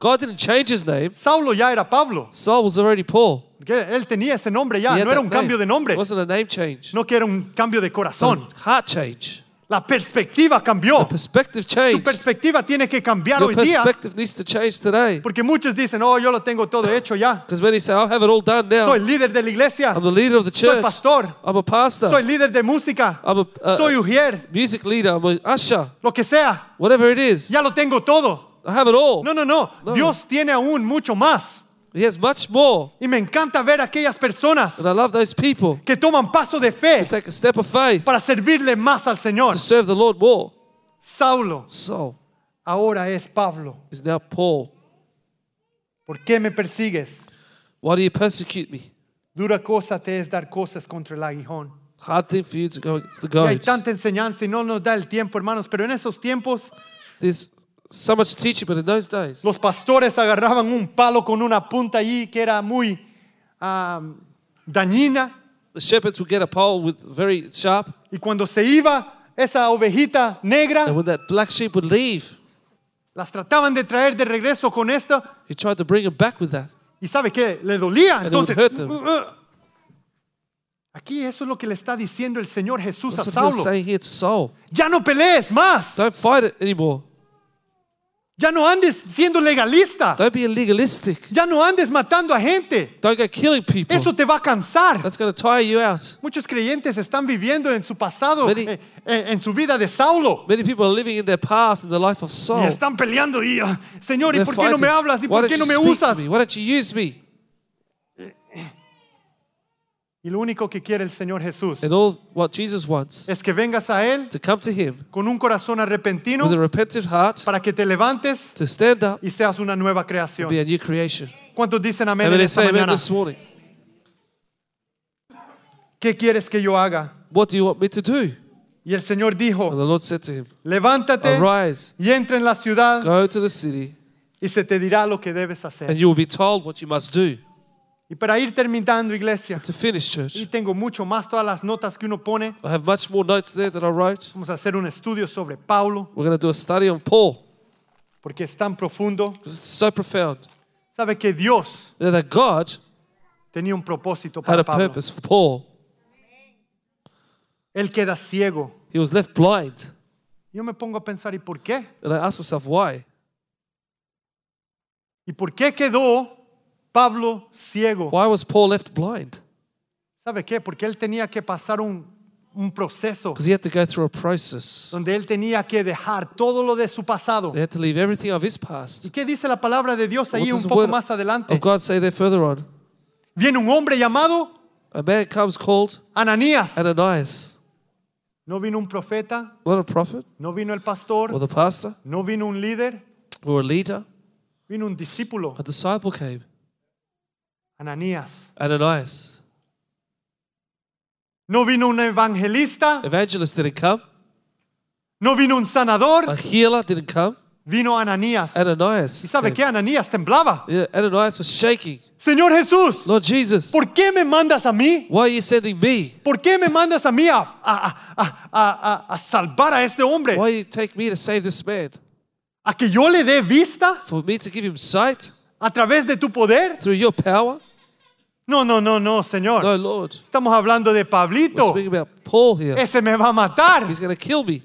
Speaker 3: God didn't change his name.
Speaker 2: Saulo ya era Pablo.
Speaker 3: Saul was already Paul.
Speaker 2: Porque él tenía ese nombre
Speaker 3: He
Speaker 2: ya.
Speaker 3: had
Speaker 2: No era
Speaker 3: that
Speaker 2: un cambio de
Speaker 3: name.
Speaker 2: nombre.
Speaker 3: It wasn't a name change.
Speaker 2: No que era un cambio de
Speaker 3: It was
Speaker 2: corazón.
Speaker 3: a heart change.
Speaker 2: La perspectiva cambió.
Speaker 3: Perspective
Speaker 2: Tu
Speaker 3: changed.
Speaker 2: perspectiva tiene que cambiar
Speaker 3: Your
Speaker 2: hoy día.
Speaker 3: perspective needs to change today.
Speaker 2: Porque muchos dicen, oh, yo lo tengo todo hecho ya.
Speaker 3: Because many say, I'll have it all done now.
Speaker 2: Soy líder de la iglesia.
Speaker 3: I'm the leader of the
Speaker 2: Soy
Speaker 3: church.
Speaker 2: pastor.
Speaker 3: I'm
Speaker 2: Soy
Speaker 3: a pastor.
Speaker 2: líder de música.
Speaker 3: I'm a uh,
Speaker 2: Soy ujier.
Speaker 3: music leader. I'm an usher.
Speaker 2: Lo que sea.
Speaker 3: Whatever it is,
Speaker 2: Ya lo tengo todo.
Speaker 3: I have it all.
Speaker 2: No, no, no.
Speaker 3: Oh. No.
Speaker 2: Dios tiene aún mucho más.
Speaker 3: He has much more.
Speaker 2: Y me encanta ver a aquellas personas
Speaker 3: And I love those people
Speaker 2: que toman paso de fe
Speaker 3: who take a step of faith
Speaker 2: para servirle más al Señor.
Speaker 3: to serve the Lord more.
Speaker 2: Saulo
Speaker 3: Saul
Speaker 2: ahora es Pablo.
Speaker 3: is now Paul.
Speaker 2: ¿Por qué me persigues?
Speaker 3: Why do you persecute me?
Speaker 2: Dura cosa te es dar cosas contra el aguijón.
Speaker 3: Hard thing for you to go against the
Speaker 2: Y hay
Speaker 3: goats.
Speaker 2: tanta enseñanza y no nos da el tiempo, hermanos, pero en esos tiempos
Speaker 3: There's so much teaching, but in those days,
Speaker 2: los pastores agarraban un palo con una punta allí que era muy ah, dañina
Speaker 3: the shepherds would get a pole with very sharp,
Speaker 2: y cuando se iba esa ovejita negra,
Speaker 3: and when that black sheep would leave,
Speaker 2: las trataban de traer de regreso con esta
Speaker 3: he tried to bring him back with that.
Speaker 2: y sabe que le dolía.
Speaker 3: it would
Speaker 2: Entonces, uh,
Speaker 3: hurt them.
Speaker 2: aquí eso es lo que le está diciendo el Señor Jesús a
Speaker 3: That's what he was
Speaker 2: Saulo.
Speaker 3: saying here to Saul.
Speaker 2: Ya no pelees más,
Speaker 3: Don't fight it anymore.
Speaker 2: ya no andes siendo legalista,
Speaker 3: Don't be legalistic.
Speaker 2: ya no andes matando a gente.
Speaker 3: Don't go killing people.
Speaker 2: Eso te va a cansar.
Speaker 3: That's going to tire you out.
Speaker 2: Muchos creyentes están viviendo en su pasado,
Speaker 3: Many-
Speaker 2: eh, eh, en su vida de Saulo.
Speaker 3: Many people are living in their past, in the life of Saul.
Speaker 2: Y están peleando y, ah, Señor, ¿y
Speaker 3: They're
Speaker 2: por qué no me
Speaker 3: fighting.
Speaker 2: hablas? ¿Y
Speaker 3: Why
Speaker 2: por
Speaker 3: don't
Speaker 2: qué no
Speaker 3: you
Speaker 2: me
Speaker 3: speak to
Speaker 2: usas?
Speaker 3: me? Why don't you use me?
Speaker 2: Y lo único que quiere el Señor Jesús
Speaker 3: And all what Jesus wants
Speaker 2: es que vengas a Él
Speaker 3: to come to Him
Speaker 2: con un corazón
Speaker 3: with a
Speaker 2: arrepentino
Speaker 3: repentant heart
Speaker 2: para que te levantes
Speaker 3: to stand up
Speaker 2: y seas una nueva
Speaker 3: and be
Speaker 2: creación.
Speaker 3: a new creation.
Speaker 2: ¿Cuántos dicen amén
Speaker 3: And
Speaker 2: en
Speaker 3: then
Speaker 2: esta
Speaker 3: say amen
Speaker 2: mañana?
Speaker 3: this morning.
Speaker 2: ¿Qué quieres que yo haga?
Speaker 3: What do you want me to do?
Speaker 2: Y el Señor
Speaker 3: And
Speaker 2: dijo,
Speaker 3: the Lord said to him,
Speaker 2: levántate
Speaker 3: Arise,
Speaker 2: y entra en la ciudad
Speaker 3: go to the city,
Speaker 2: y se te dirá lo que debes
Speaker 3: and
Speaker 2: hacer.
Speaker 3: you will be told what you must do.
Speaker 2: Y para ir terminando, iglesia,
Speaker 3: To finish,
Speaker 2: y
Speaker 3: church,
Speaker 2: tengo mucho más, todas las notas que uno pone,
Speaker 3: I have much more notes there that I wrote.
Speaker 2: vamos a hacer un estudio sobre Pablo,
Speaker 3: We're going to do a study on Paul
Speaker 2: porque es tan profundo.
Speaker 3: because it's so profound.
Speaker 2: Sabe que Dios
Speaker 3: Now That God
Speaker 2: tenía un propósito
Speaker 3: had
Speaker 2: para
Speaker 3: a
Speaker 2: Pablo.
Speaker 3: purpose for Paul.
Speaker 2: Él queda ciego.
Speaker 3: He was left blind.
Speaker 2: Yo me pongo a pensar, ¿y por qué?
Speaker 3: And I asked myself, why?
Speaker 2: ¿Y por qué quedó Pablo ciego?
Speaker 3: Why was Paul left blind?
Speaker 2: ¿Sabe qué? Porque él tenía que pasar un, un proceso
Speaker 3: Because he had to go through a process.
Speaker 2: donde él tenía que dejar todo lo de su pasado.
Speaker 3: They had to leave everything of his
Speaker 2: ¿Y
Speaker 3: past.
Speaker 2: qué dice la palabra de Dios
Speaker 3: What
Speaker 2: ahí un
Speaker 3: does the
Speaker 2: poco
Speaker 3: word
Speaker 2: más adelante?
Speaker 3: Of God say there further on.
Speaker 2: Viene un hombre llamado
Speaker 3: A man comes called
Speaker 2: Ananías.
Speaker 3: Ananias,
Speaker 2: No vino un profeta,
Speaker 3: not a prophet
Speaker 2: no vino el
Speaker 3: or
Speaker 2: pastor,
Speaker 3: the pastor
Speaker 2: no vino un líder,
Speaker 3: or a leader.
Speaker 2: vino un discípulo,
Speaker 3: A disciple came,
Speaker 2: Ananías.
Speaker 3: Ananias.
Speaker 2: No vino un evangelista,
Speaker 3: Evangelist didn't come.
Speaker 2: no vino un sanador,
Speaker 3: A healer didn't come.
Speaker 2: vino Ananías. ¿Y
Speaker 3: Ananias.
Speaker 2: sabe
Speaker 3: came.
Speaker 2: qué? Ananías temblaba.
Speaker 3: Yeah, Ananias was shaking.
Speaker 2: Señor Jesús,
Speaker 3: Lord Jesus,
Speaker 2: ¿por qué me mandas a mí?
Speaker 3: why are you sending me?
Speaker 2: ¿Por qué me mandas a mí a, a- a- a- a- a- a salvar a este hombre?
Speaker 3: Why do you take me to save this man?
Speaker 2: ¿A que yo le dé vista
Speaker 3: For me to give him sight
Speaker 2: a través de tu poder?
Speaker 3: through your power?
Speaker 2: No, no, no, no, Señor.
Speaker 3: No, Pues Lord.
Speaker 2: Estamos hablando de
Speaker 3: We're
Speaker 2: Pablito.
Speaker 3: speaking about Paul here.
Speaker 2: Ese me va a matar.
Speaker 3: He's going to kill me.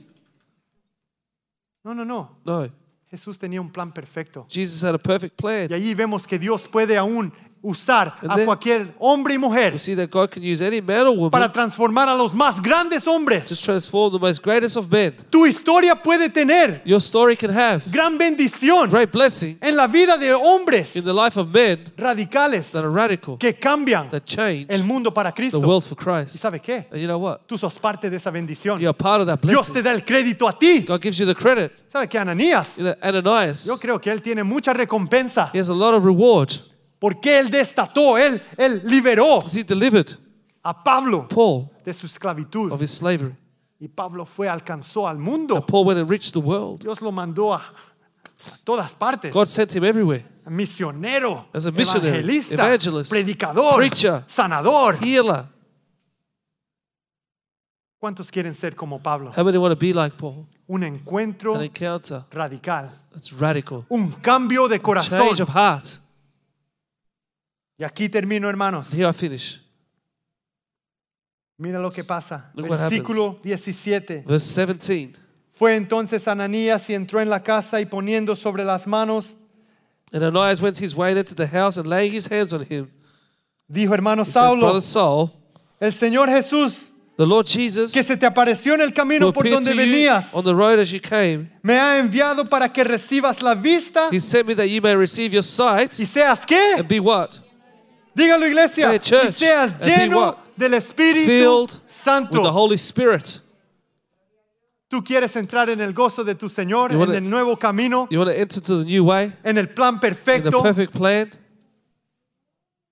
Speaker 2: No, no, no.
Speaker 3: No.
Speaker 2: Jesús tenía un plan perfecto.
Speaker 3: Jesus had a perfect
Speaker 2: Y
Speaker 3: plan.
Speaker 2: allí vemos que Dios puede aún usar
Speaker 3: And
Speaker 2: a
Speaker 3: then-
Speaker 2: cualquier hombre y mujer
Speaker 3: We see that God can use any man or woman
Speaker 2: para transformar a los más grandes
Speaker 3: to
Speaker 2: hombres.
Speaker 3: transform the most greatest of men.
Speaker 2: Tu historia puede tener
Speaker 3: Your story can have
Speaker 2: gran bendición
Speaker 3: great blessing
Speaker 2: en la vida de hombres
Speaker 3: in the life of men
Speaker 2: radicales
Speaker 3: that are radical,
Speaker 2: que cambian
Speaker 3: that change
Speaker 2: el mundo para
Speaker 3: the
Speaker 2: Cristo.
Speaker 3: world for Christ.
Speaker 2: ¿Y sabe qué?
Speaker 3: And you know what?
Speaker 2: Tú sos parte de esa bendición.
Speaker 3: You're part of that
Speaker 2: Dios te
Speaker 3: blessing.
Speaker 2: da el crédito a ti.
Speaker 3: God gives you the credit.
Speaker 2: ¿Sabe qué, Ananías?
Speaker 3: You know, Ananias,
Speaker 2: Yo creo que él tiene mucha recompensa
Speaker 3: he has a lot of reward
Speaker 2: porque él destató, él, él liberó
Speaker 3: because he delivered
Speaker 2: a Pablo
Speaker 3: Paul
Speaker 2: de su esclavitud.
Speaker 3: of his slavery.
Speaker 2: Y Pablo fue, alcanzó al mundo.
Speaker 3: Paul went and reached the world.
Speaker 2: Dios lo mandó a, a todas partes.
Speaker 3: God sent him everywhere.
Speaker 2: Misionero,
Speaker 3: As a missionary,
Speaker 2: evangelista,
Speaker 3: evangelist,
Speaker 2: predicador,
Speaker 3: preacher,
Speaker 2: sanador.
Speaker 3: Healer.
Speaker 2: ¿Cuántos quieren ser como Pablo?
Speaker 3: How many want to be like Paul?
Speaker 2: Un encuentro
Speaker 3: An encounter
Speaker 2: radical,
Speaker 3: that's radical.
Speaker 2: un cambio de corazón.
Speaker 3: Change of heart.
Speaker 2: Y aquí termino, hermanos.
Speaker 3: Here I finish.
Speaker 2: Mira lo que pasa.
Speaker 3: Look what
Speaker 2: Versículo 17.
Speaker 3: Verse 17.
Speaker 2: Fue entonces Ananías y entró en la casa y poniendo sobre las manos,
Speaker 3: And Ananias went his way and entered the house and laying his hands on him,
Speaker 2: dijo, hermano
Speaker 3: he said,
Speaker 2: Saulo,
Speaker 3: Brother Saul,
Speaker 2: el Señor Jesús
Speaker 3: the Lord Jesus
Speaker 2: que se te apareció en el
Speaker 3: who
Speaker 2: camino por
Speaker 3: appeared
Speaker 2: donde
Speaker 3: to you
Speaker 2: venías,
Speaker 3: on the road as you came,
Speaker 2: me ha enviado para que recibas la vista
Speaker 3: he sent me that you may receive your sight
Speaker 2: y seas qué?
Speaker 3: and be what?
Speaker 2: Dígalo iglesia,
Speaker 3: Say it, church,
Speaker 2: y seas
Speaker 3: and be
Speaker 2: lleno
Speaker 3: what?
Speaker 2: del Espíritu
Speaker 3: Filled with the
Speaker 2: Santo.
Speaker 3: Holy Spirit.
Speaker 2: Tú quieres entrar en el gozo de tu Señor,
Speaker 3: You
Speaker 2: en
Speaker 3: wanna-
Speaker 2: el nuevo camino,
Speaker 3: You want to enter to the new way,
Speaker 2: en el plan
Speaker 3: in the
Speaker 2: perfecto,
Speaker 3: perfect plan.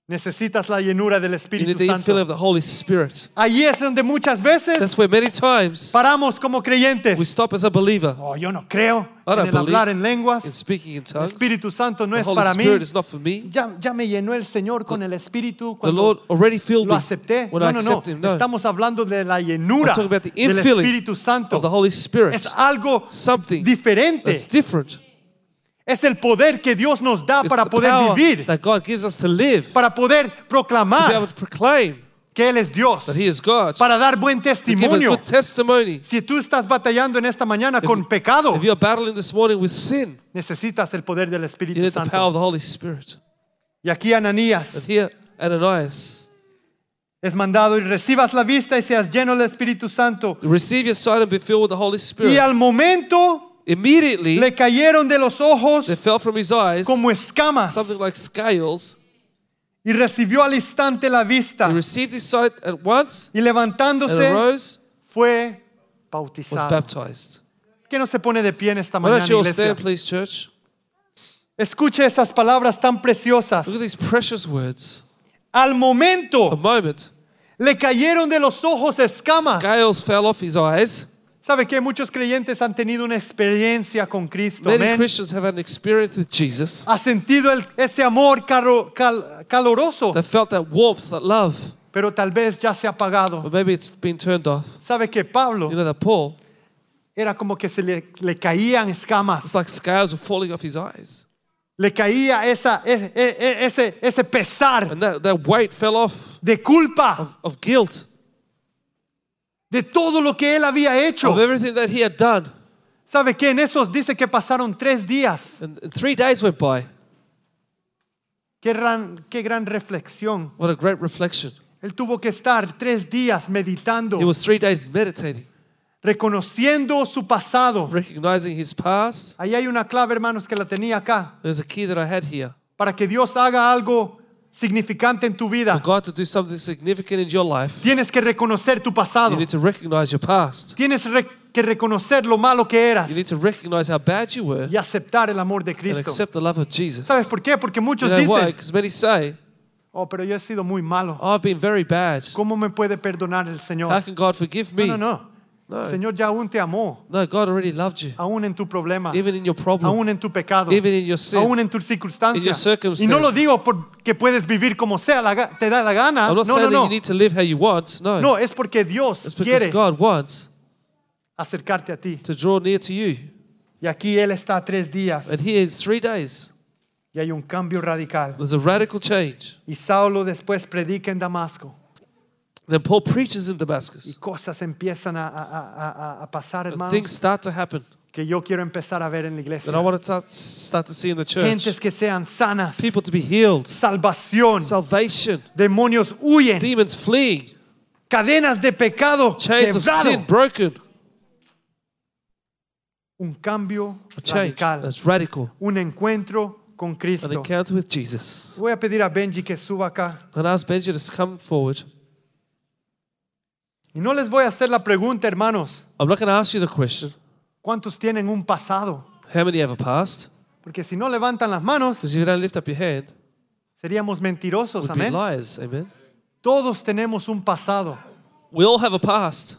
Speaker 2: necesitas la llenura del
Speaker 3: You need
Speaker 2: Espíritu
Speaker 3: the infilling
Speaker 2: Santo.
Speaker 3: of the Holy Spirit.
Speaker 2: Ahí es donde muchas veces
Speaker 3: That's where many times
Speaker 2: paramos como creyentes.
Speaker 3: we stop as a believer
Speaker 2: Oh, yo no creo
Speaker 3: I don't
Speaker 2: en el hablar
Speaker 3: believe
Speaker 2: en lenguas.
Speaker 3: in speaking in
Speaker 2: El
Speaker 3: tongues. The
Speaker 2: Espíritu Santo no es
Speaker 3: Holy
Speaker 2: para mí.
Speaker 3: Spirit is not for me.
Speaker 2: Ya, ya me llenó el Señor con el Espíritu
Speaker 3: The
Speaker 2: cuando
Speaker 3: Lord already filled
Speaker 2: lo
Speaker 3: me
Speaker 2: acepté.
Speaker 3: when
Speaker 2: no,
Speaker 3: I
Speaker 2: no, no.
Speaker 3: accept Him. No.
Speaker 2: Estamos hablando de la llenura
Speaker 3: I'm talking about the
Speaker 2: del
Speaker 3: infilling
Speaker 2: Espíritu Santo.
Speaker 3: Of the Holy Spirit.
Speaker 2: Es algo
Speaker 3: Something
Speaker 2: diferente.
Speaker 3: that's different.
Speaker 2: Es el poder que Dios nos da
Speaker 3: It's
Speaker 2: para
Speaker 3: the
Speaker 2: poder
Speaker 3: power
Speaker 2: vivir,
Speaker 3: that God gives us to live,
Speaker 2: para poder
Speaker 3: to be able
Speaker 2: proclamar
Speaker 3: to proclaim
Speaker 2: que Él es Dios,
Speaker 3: that He is God, to
Speaker 2: para dar buen
Speaker 3: give a
Speaker 2: testimonio.
Speaker 3: good testimony.
Speaker 2: Si tú estás batallando en esta mañana con
Speaker 3: you-
Speaker 2: pecado,
Speaker 3: If you're battling this morning with sin,
Speaker 2: necesitas el poder del
Speaker 3: you
Speaker 2: Espíritu
Speaker 3: need the power
Speaker 2: Santo.
Speaker 3: of the Holy Spirit.
Speaker 2: Y aquí Ananías
Speaker 3: And here, Ananias,
Speaker 2: es mandado y recibas la vista y seas lleno del Espíritu Santo.
Speaker 3: receive your sight and be filled with the Holy
Speaker 2: Y
Speaker 3: Spirit.
Speaker 2: al momento
Speaker 3: Immediately,
Speaker 2: le cayeron de los
Speaker 3: there
Speaker 2: ojos
Speaker 3: fell from his eyes
Speaker 2: como escamas
Speaker 3: something like scales.
Speaker 2: y recibió al instante la vista
Speaker 3: He received his sight at once
Speaker 2: y
Speaker 3: and
Speaker 2: levantándose
Speaker 3: arose,
Speaker 2: fue
Speaker 3: was
Speaker 2: bautizado.
Speaker 3: baptized.
Speaker 2: ¿Por qué no se pone de pie en esta
Speaker 3: Why
Speaker 2: mañana,
Speaker 3: don't you all
Speaker 2: iglesia?
Speaker 3: stand, please, church?
Speaker 2: Escuche esas palabras tan preciosas.
Speaker 3: Look at these precious words.
Speaker 2: Al
Speaker 3: A
Speaker 2: momento
Speaker 3: moment,
Speaker 2: le cayeron de los ojos escamas.
Speaker 3: scales fell off his eyes.
Speaker 2: ¿Sabe que muchos creyentes han tenido una experiencia con Cristo?
Speaker 3: Many
Speaker 2: amén.
Speaker 3: Christians have had an experience with Jesus.
Speaker 2: Ha sentido el- ese amor caro- cal- caloroso,
Speaker 3: They felt that warmth, that love,
Speaker 2: pero tal vez ya se ha apagado.
Speaker 3: but maybe it's been turned off.
Speaker 2: ¿Sabe que Pablo
Speaker 3: You know that Paul,
Speaker 2: era como que se le, le caían escamas,
Speaker 3: it's like scales were falling off his eyes.
Speaker 2: le caía esa, ese, e- e- ese, ese pesar
Speaker 3: And that, that weight fell off
Speaker 2: de culpa
Speaker 3: of, of guilt,
Speaker 2: de todo lo que él había hecho.
Speaker 3: of everything that he had done.
Speaker 2: ¿Sabe qué? En esos dice que pasaron tres días.
Speaker 3: And, and three days went by.
Speaker 2: Qué gran, qué gran reflexión.
Speaker 3: What a great reflection.
Speaker 2: Él tuvo que estar tres días meditando,
Speaker 3: He was three days meditating,
Speaker 2: reconociendo su pasado.
Speaker 3: recognizing his past.
Speaker 2: Ahí hay una clave, hermanos, que la tenía acá,
Speaker 3: There's a key that I had here.
Speaker 2: para que Dios haga algo significante en tu vida.
Speaker 3: For God to do something significant in your life,
Speaker 2: Tienes que reconocer tu pasado.
Speaker 3: you need to recognize your past.
Speaker 2: Tienes re- que reconocer lo malo que eras
Speaker 3: You need to recognize how bad you were
Speaker 2: y aceptar el amor de
Speaker 3: and
Speaker 2: Cristo.
Speaker 3: accept the love of Jesus.
Speaker 2: ¿Sabes por qué? Porque
Speaker 3: You
Speaker 2: muchos
Speaker 3: know why?
Speaker 2: dicen,
Speaker 3: Because many say,
Speaker 2: oh, pero yo he sido muy malo.
Speaker 3: oh, I've been very bad.
Speaker 2: ¿Cómo me puede perdonar el
Speaker 3: How
Speaker 2: Señor?
Speaker 3: can God forgive me?
Speaker 2: No, no, no. El
Speaker 3: No,
Speaker 2: Señor ya aún te amó,
Speaker 3: no, God already loved you,
Speaker 2: aún en tu problema,
Speaker 3: even in your problem,
Speaker 2: aún en tu pecado,
Speaker 3: even in your sin.
Speaker 2: aún en tus
Speaker 3: in your
Speaker 2: circunstancias. Y
Speaker 3: circumstances.
Speaker 2: no lo digo porque puedes vivir como sea, la ga- te da la gana. No,
Speaker 3: I'm not saying
Speaker 2: no,
Speaker 3: that
Speaker 2: no.
Speaker 3: you need to live how you want. No,
Speaker 2: No, es porque Dios
Speaker 3: it's because
Speaker 2: quiere
Speaker 3: God wants
Speaker 2: acercarte a ti.
Speaker 3: to draw near to you.
Speaker 2: Y aquí Él está tres días
Speaker 3: And here is three days.
Speaker 2: y hay un cambio radical.
Speaker 3: There's a radical change.
Speaker 2: Y Saulo después predica en Damasco.
Speaker 3: Then Paul preaches in
Speaker 2: Y
Speaker 3: Damascus.
Speaker 2: cosas empiezan a, a- a- a- a pasar,
Speaker 3: And
Speaker 2: hermanos,
Speaker 3: things start to happen
Speaker 2: que yo quiero empezar a ver en la iglesia.
Speaker 3: that I want to start, start to see in the church.
Speaker 2: Gentes que sean sanas,
Speaker 3: People to be healed,
Speaker 2: salvación,
Speaker 3: salvation,
Speaker 2: demonios huyen,
Speaker 3: demons fleeing,
Speaker 2: cadenas de pecado,
Speaker 3: chains of sin
Speaker 2: quebrado.
Speaker 3: broken.
Speaker 2: Un cambio
Speaker 3: A change
Speaker 2: radical,
Speaker 3: that's radical.
Speaker 2: un encuentro con
Speaker 3: An
Speaker 2: Cristo.
Speaker 3: encounter with Jesus.
Speaker 2: Voy a pedir a Benji que suba acá.
Speaker 3: And ask Benji to come forward.
Speaker 2: Y no les voy a hacer la pregunta, hermanos,
Speaker 3: I'm not going to ask you the question,
Speaker 2: ¿cuántos tienen un pasado?
Speaker 3: how many ever passed?
Speaker 2: Porque si no levantan las manos,
Speaker 3: Because if you don't lift up your hand,
Speaker 2: seríamos mentirosos,
Speaker 3: we'd be
Speaker 2: amén.
Speaker 3: liars. Amen.
Speaker 2: Todos tenemos un pasado.
Speaker 3: We all have a past.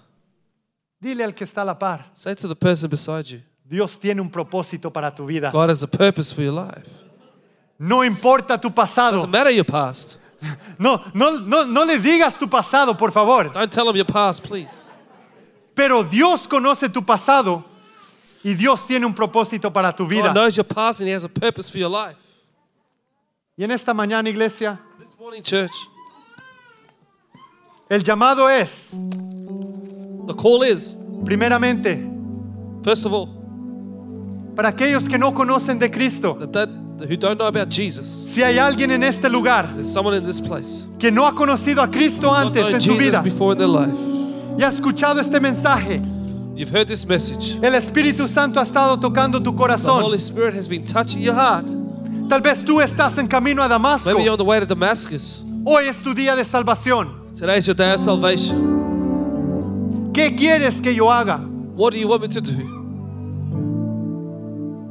Speaker 2: Dile al que está a la par,
Speaker 3: Say to the person beside you,
Speaker 2: Dios tiene un propósito para tu vida.
Speaker 3: God has a purpose for your life.
Speaker 2: No importa tu pasado.
Speaker 3: Doesn't matter your past.
Speaker 2: No, no, no, no le digas tu pasado, por favor.
Speaker 3: Don't tell them your past, please.
Speaker 2: Pero Dios conoce tu pasado y Dios tiene un propósito para tu vida.
Speaker 3: God knows your past and He has a purpose for your life.
Speaker 2: Y en esta mañana, iglesia,
Speaker 3: This morning, church,
Speaker 2: El llamado es,
Speaker 3: The call is,
Speaker 2: primeramente,
Speaker 3: first of all,
Speaker 2: para aquellos que no conocen de Cristo.
Speaker 3: that, that who don't know about Jesus,
Speaker 2: Si hay alguien en este lugar
Speaker 3: there's someone in this place
Speaker 2: que no ha conocido a Cristo
Speaker 3: not
Speaker 2: antes
Speaker 3: known
Speaker 2: en su
Speaker 3: Jesus
Speaker 2: vida
Speaker 3: before in their life.
Speaker 2: y ha escuchado este mensaje,
Speaker 3: You've heard this message.
Speaker 2: el Espíritu Santo ha estado tocando tu
Speaker 3: The Holy
Speaker 2: corazón.
Speaker 3: Spirit has been touching your heart.
Speaker 2: Tal vez tú estás en camino a Damasco.
Speaker 3: Maybe you're on the way to Damascus.
Speaker 2: Hoy es tu día de salvación.
Speaker 3: Today's your day of salvation.
Speaker 2: ¿Qué quieres que yo haga?
Speaker 3: What do you want me to do?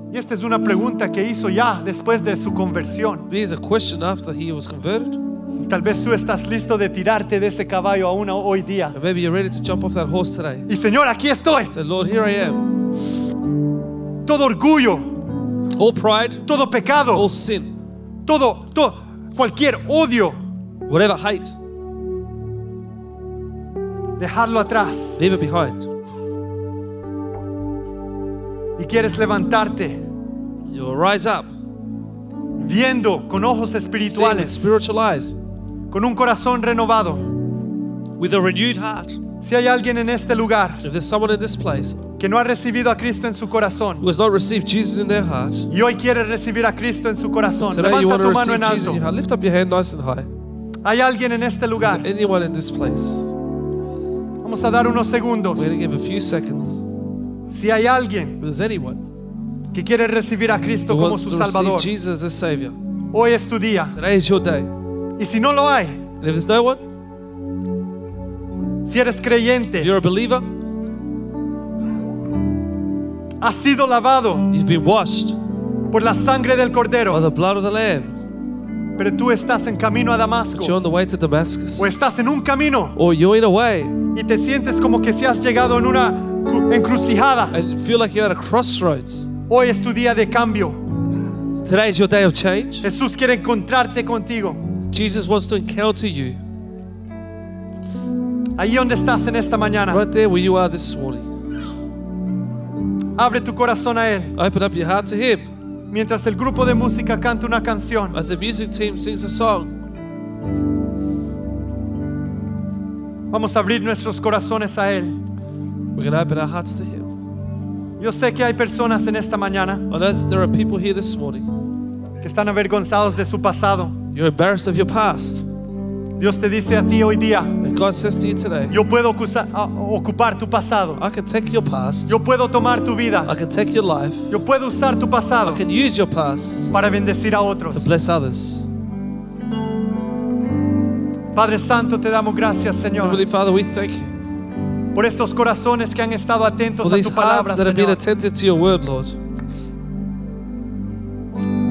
Speaker 2: Y esta es una pregunta que hizo ya después de su conversión.
Speaker 3: There's a question after he was converted. And
Speaker 2: Tal vez tú estás listo de tirarte de ese caballo aún hoy día.
Speaker 3: maybe you're ready to jump off that horse today.
Speaker 2: Y Señor, aquí estoy.
Speaker 3: Say, Lord, here I am.
Speaker 2: Todo orgullo,
Speaker 3: All pride,
Speaker 2: todo
Speaker 3: all
Speaker 2: pecado,
Speaker 3: sin,
Speaker 2: todo, todo cualquier odio,
Speaker 3: whatever hate,
Speaker 2: dejarlo atrás.
Speaker 3: leave it behind.
Speaker 2: Y quieres levantarte
Speaker 3: You'll rise up,
Speaker 2: viendo con ojos
Speaker 3: seeing with
Speaker 2: espirituales,
Speaker 3: spiritual eyes,
Speaker 2: con un corazón renovado.
Speaker 3: with a renewed heart.
Speaker 2: Si hay alguien en este lugar
Speaker 3: If there's someone in this place
Speaker 2: que no ha recibido a Cristo en su corazón
Speaker 3: who has not received Jesus in their heart,
Speaker 2: y hoy quiere recibir a Cristo en su corazón,
Speaker 3: today you
Speaker 2: levanta
Speaker 3: want to
Speaker 2: tu mano
Speaker 3: receive
Speaker 2: en
Speaker 3: Jesus in your
Speaker 2: alto.
Speaker 3: heart. Lift up your hand nice and high.
Speaker 2: Hay alguien en este
Speaker 3: Is
Speaker 2: lugar.
Speaker 3: there anyone in this place?
Speaker 2: Vamos a dar unos segundos.
Speaker 3: We're going to give a few seconds.
Speaker 2: Si hay alguien
Speaker 3: If there's anyone
Speaker 2: que quiere recibir a
Speaker 3: who
Speaker 2: Cristo como
Speaker 3: wants to
Speaker 2: su
Speaker 3: receive
Speaker 2: Salvador,
Speaker 3: Jesus as Savior,
Speaker 2: hoy es tu día.
Speaker 3: today is your day. And
Speaker 2: Y si no lo hay,
Speaker 3: if there's no one,
Speaker 2: si eres
Speaker 3: if
Speaker 2: creyente,
Speaker 3: you're a believer,
Speaker 2: has sido lavado
Speaker 3: you've been washed
Speaker 2: por la sangre del
Speaker 3: by
Speaker 2: Cordero,
Speaker 3: the blood of the Lamb,
Speaker 2: pero tú estás en camino a
Speaker 3: but you're
Speaker 2: Damasco
Speaker 3: on the way to Damascus,
Speaker 2: o estás en un camino
Speaker 3: or you're in a way
Speaker 2: y te sientes como que si has llegado en una cru- encrucijada,
Speaker 3: and you feel like you're at a crossroads,
Speaker 2: hoy es tu día de cambio.
Speaker 3: today is your day of change.
Speaker 2: Jesús quiere encontrarte contigo.
Speaker 3: Jesus wants to encounter you
Speaker 2: Ahí donde estás en esta mañana,
Speaker 3: right there where you are this morning.
Speaker 2: abre tu corazón a Él.
Speaker 3: Open up your heart to Him
Speaker 2: Mientras el grupo de música canta una canción,
Speaker 3: as the music team sings a song.
Speaker 2: vamos a abrir nuestros corazones a Él.
Speaker 3: We're going to open our hearts to Him.
Speaker 2: Yo sé que hay personas en esta mañana
Speaker 3: I know that there are people here this morning.
Speaker 2: que están avergonzados de su pasado.
Speaker 3: You're embarrassed of your past,
Speaker 2: Dios te dice a ti hoy día,
Speaker 3: and God says to you today,
Speaker 2: yo puedo ocusa- a- ocupar tu pasado.
Speaker 3: I can take your past,
Speaker 2: Yo puedo tomar tu
Speaker 3: I
Speaker 2: vida.
Speaker 3: can take your life,
Speaker 2: Yo puedo usar tu
Speaker 3: I
Speaker 2: pasado
Speaker 3: can use your past
Speaker 2: para bendecir a
Speaker 3: to
Speaker 2: otros.
Speaker 3: bless others.
Speaker 2: Padre Santo, te damos gracias, Señor,
Speaker 3: Heavenly Father, we thank you
Speaker 2: por estos corazones que han estado atentos
Speaker 3: for
Speaker 2: a
Speaker 3: these
Speaker 2: tu
Speaker 3: hearts
Speaker 2: palabra,
Speaker 3: that have been
Speaker 2: Señor.
Speaker 3: attentive to your word, Lord.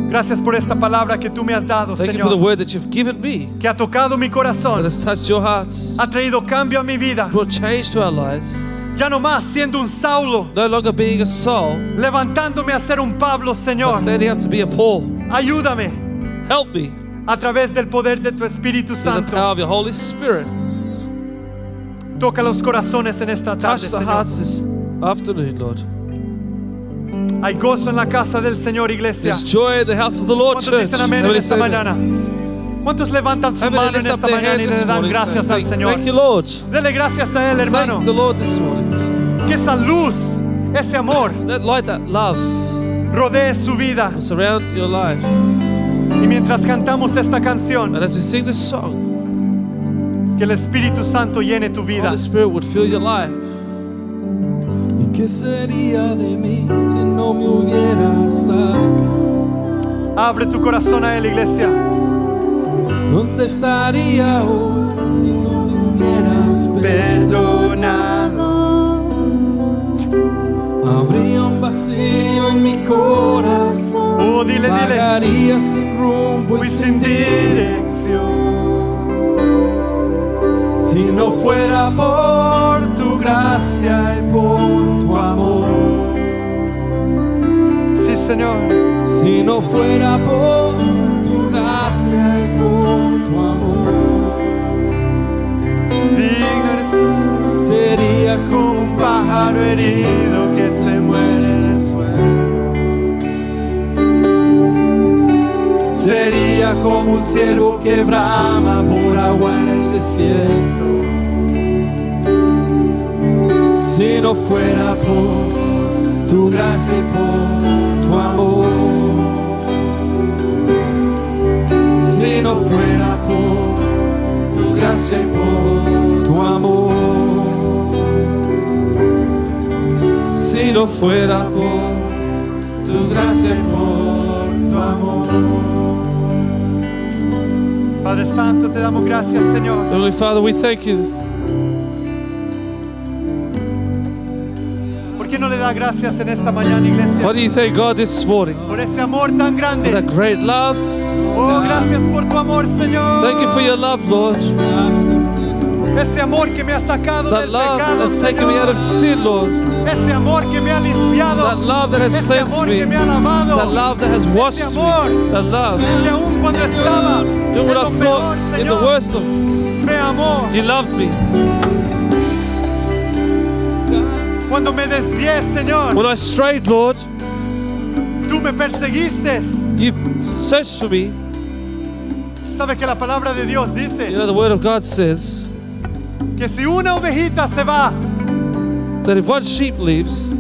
Speaker 2: Gracias por esta palabra que tú me has dado,
Speaker 3: Thank you for the
Speaker 2: Señor,
Speaker 3: word that you've given me
Speaker 2: que ha tocado mi
Speaker 3: that
Speaker 2: corazón,
Speaker 3: has touched your hearts,
Speaker 2: ha traído cambio a mi vida.
Speaker 3: brought change to our lives.
Speaker 2: Ya no más siendo un Saulo,
Speaker 3: No longer being a Saul,
Speaker 2: levantándome a ser un Pablo,
Speaker 3: but
Speaker 2: Señor.
Speaker 3: standing up to be a Paul.
Speaker 2: Ayúdame
Speaker 3: Help me
Speaker 2: a través del poder de tu Espíritu
Speaker 3: through the power
Speaker 2: Santo.
Speaker 3: of your Holy Spirit.
Speaker 2: Toca los corazones en esta tarde,
Speaker 3: Touch the
Speaker 2: Señor.
Speaker 3: hearts this afternoon, Lord.
Speaker 2: Hay gozo en la casa del Señor, iglesia.
Speaker 3: There's joy in the house of the Lord,
Speaker 2: ¿Cuántos
Speaker 3: church.
Speaker 2: dicen amén en
Speaker 3: Heavenly
Speaker 2: esta
Speaker 3: Savior.
Speaker 2: mañana? ¿Cuántos levantan su
Speaker 3: Heavenly,
Speaker 2: mano en
Speaker 3: lift up
Speaker 2: esta
Speaker 3: their
Speaker 2: mañana
Speaker 3: hand
Speaker 2: y le
Speaker 3: this
Speaker 2: dan
Speaker 3: morning. saying,
Speaker 2: gracias al
Speaker 3: Thank
Speaker 2: Señor?
Speaker 3: thank you, Lord.
Speaker 2: Dele gracias a Él, hermano.
Speaker 3: Thank the Lord this morning.
Speaker 2: Que esa luz, ese amor,
Speaker 3: That light, that love
Speaker 2: rodee su vida.
Speaker 3: will surround your life.
Speaker 2: Y mientras cantamos esta canción,
Speaker 3: And as we sing this song,
Speaker 2: que el Espíritu Santo llene tu
Speaker 3: the
Speaker 2: vida.
Speaker 3: Holy Spirit would fill your life.
Speaker 4: ¿Y qué sería de mí si no me hubieras sacado?
Speaker 2: Abre tu corazón a Él, iglesia.
Speaker 4: ¿Dónde estaría hoy si no me hubieras
Speaker 2: Perdonado.
Speaker 4: Habría un vacío en mi corazón.
Speaker 2: Oh, dile, dile.
Speaker 4: Vagaría sin rumbo
Speaker 2: Fui
Speaker 4: y sin
Speaker 2: sin dirección.
Speaker 4: Si no fuera por tu gracia y por tu amor.
Speaker 2: Sí, Señor.
Speaker 4: Si no fuera por tu gracia y por tu amor,
Speaker 2: Digno eres
Speaker 4: sería
Speaker 2: tú, como un pájaro herido que se muere en el suelo.
Speaker 4: Sería como un ciervo que brama por agua en el desierto. si no fuera por tu gracia y por tu amor. Si no fuera por tu gracia y por tu amor. Si no fuera por tu gracia y por tu amor.
Speaker 2: Padre Santo, te damos gracias, Señor.
Speaker 3: Holy Father, we thank you.
Speaker 2: ¿Por qué no le da gracias en esta mañana, iglesia?
Speaker 3: Why do you thank God this morning?
Speaker 2: Por ese amor tan
Speaker 3: For
Speaker 2: grande.
Speaker 3: that great love.
Speaker 2: Oh, gracias por tu amor, Señor.
Speaker 3: Thank you for your love, Lord.
Speaker 2: Ese amor que me ha sacado
Speaker 3: That
Speaker 2: del
Speaker 3: love that
Speaker 2: pecado,
Speaker 3: has taken
Speaker 2: Señor.
Speaker 3: me out of sin, Lord.
Speaker 2: Ese amor que me ha limpiado.
Speaker 3: That love that has
Speaker 2: ese
Speaker 3: cleansed
Speaker 2: amor
Speaker 3: me.
Speaker 2: que me ha lavado.
Speaker 3: That love that has washed me. That love.
Speaker 2: que aún cuando estaba
Speaker 3: Do
Speaker 2: en
Speaker 3: what
Speaker 2: lo
Speaker 3: I
Speaker 2: peor,
Speaker 3: thought in the
Speaker 2: Señor,
Speaker 3: worst of.
Speaker 2: me amó.
Speaker 3: You loved me.
Speaker 2: Cuando me desvié, Señor,
Speaker 3: When I strayed, Lord,
Speaker 2: tú me perseguiste.
Speaker 3: you searched for me.
Speaker 2: Sabes que la palabra de Dios
Speaker 3: You
Speaker 2: dice
Speaker 3: know, the Word of God says
Speaker 2: que si una ovejita se va,
Speaker 3: that if one sheep leaves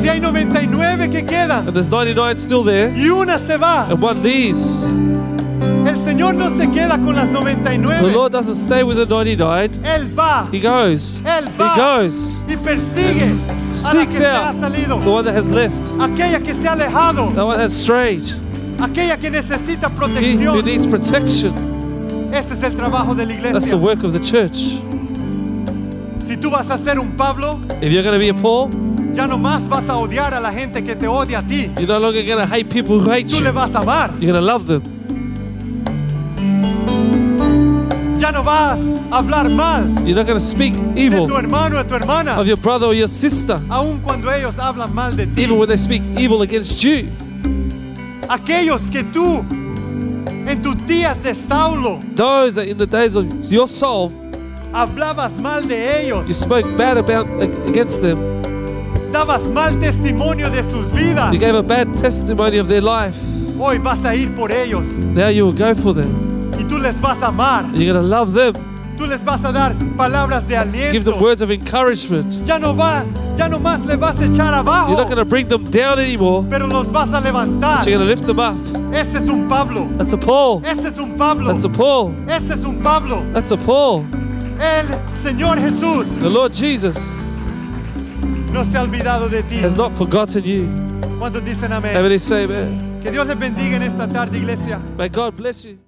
Speaker 2: si hay 99 que quedan
Speaker 3: and there's 99 still there,
Speaker 2: y una se va,
Speaker 3: and one leaves,
Speaker 2: el Señor no se queda con las
Speaker 3: the
Speaker 2: 99.
Speaker 3: Lord doesn't stay with the 99.
Speaker 2: Él va
Speaker 3: He goes. He
Speaker 2: Él va.
Speaker 3: goes.
Speaker 2: y persigue a la que
Speaker 3: Seeks
Speaker 2: se ha
Speaker 3: out
Speaker 2: salido,
Speaker 3: the one that has left,
Speaker 2: aquella que se ha alejado,
Speaker 3: the one that has strayed,
Speaker 2: aquella que necesita
Speaker 3: he who
Speaker 2: protección.
Speaker 3: needs protection.
Speaker 2: Ese es el trabajo de la
Speaker 3: That's
Speaker 2: iglesia.
Speaker 3: the work of the church.
Speaker 2: Si tú vas a ser un Pablo,
Speaker 3: If you're going to be a Paul,
Speaker 2: ya no más vas a odiar a la gente que te odia a ti.
Speaker 3: you're no longer going to hate people who hate
Speaker 2: Tú le
Speaker 3: you.
Speaker 2: vas a amar.
Speaker 3: You're going to love them.
Speaker 2: Ya no vas a hablar mal
Speaker 3: You're not going to speak
Speaker 2: de tu
Speaker 3: evil
Speaker 2: hermano o tu hermana,
Speaker 3: of your brother or your sister,
Speaker 2: aun cuando ellos hablan mal de ti.
Speaker 3: even when they speak evil against you.
Speaker 2: Aquellos que tú en tus días de Saulo
Speaker 3: Those that in the days of your soul,
Speaker 2: hablabas mal de ellos,
Speaker 3: you spoke bad about against them,
Speaker 2: dabas mal testimonio de sus vidas,
Speaker 3: you gave a bad testimony of their life.
Speaker 2: hoy vas a ir por ellos
Speaker 3: Now you will go for them.
Speaker 2: y tú les vas a amar.
Speaker 3: You're going to love them.
Speaker 2: Tú les vas a dar palabras de
Speaker 3: Give
Speaker 2: aliento.
Speaker 3: them words of encouragement.
Speaker 2: Ya no va, ya no más le vas a echar abajo,
Speaker 3: You're not going to bring them down anymore.
Speaker 2: pero los vas a levantar.
Speaker 3: But you're going to lift them up.
Speaker 2: Ese es un Pablo.
Speaker 3: That's a Paul.
Speaker 2: Ese es un Pablo.
Speaker 3: That's a Paul.
Speaker 2: Ese es un Pablo.
Speaker 3: That's a Paul.
Speaker 2: El Señor Jesús
Speaker 3: The Lord Jesus
Speaker 2: no se ha olvidado de ti.
Speaker 3: has not forgotten you.
Speaker 2: ¿Cuántos dicen amén?
Speaker 3: Everybody say, man.
Speaker 2: Que Dios les bendiga en esta tarde, iglesia.
Speaker 3: May God bless you.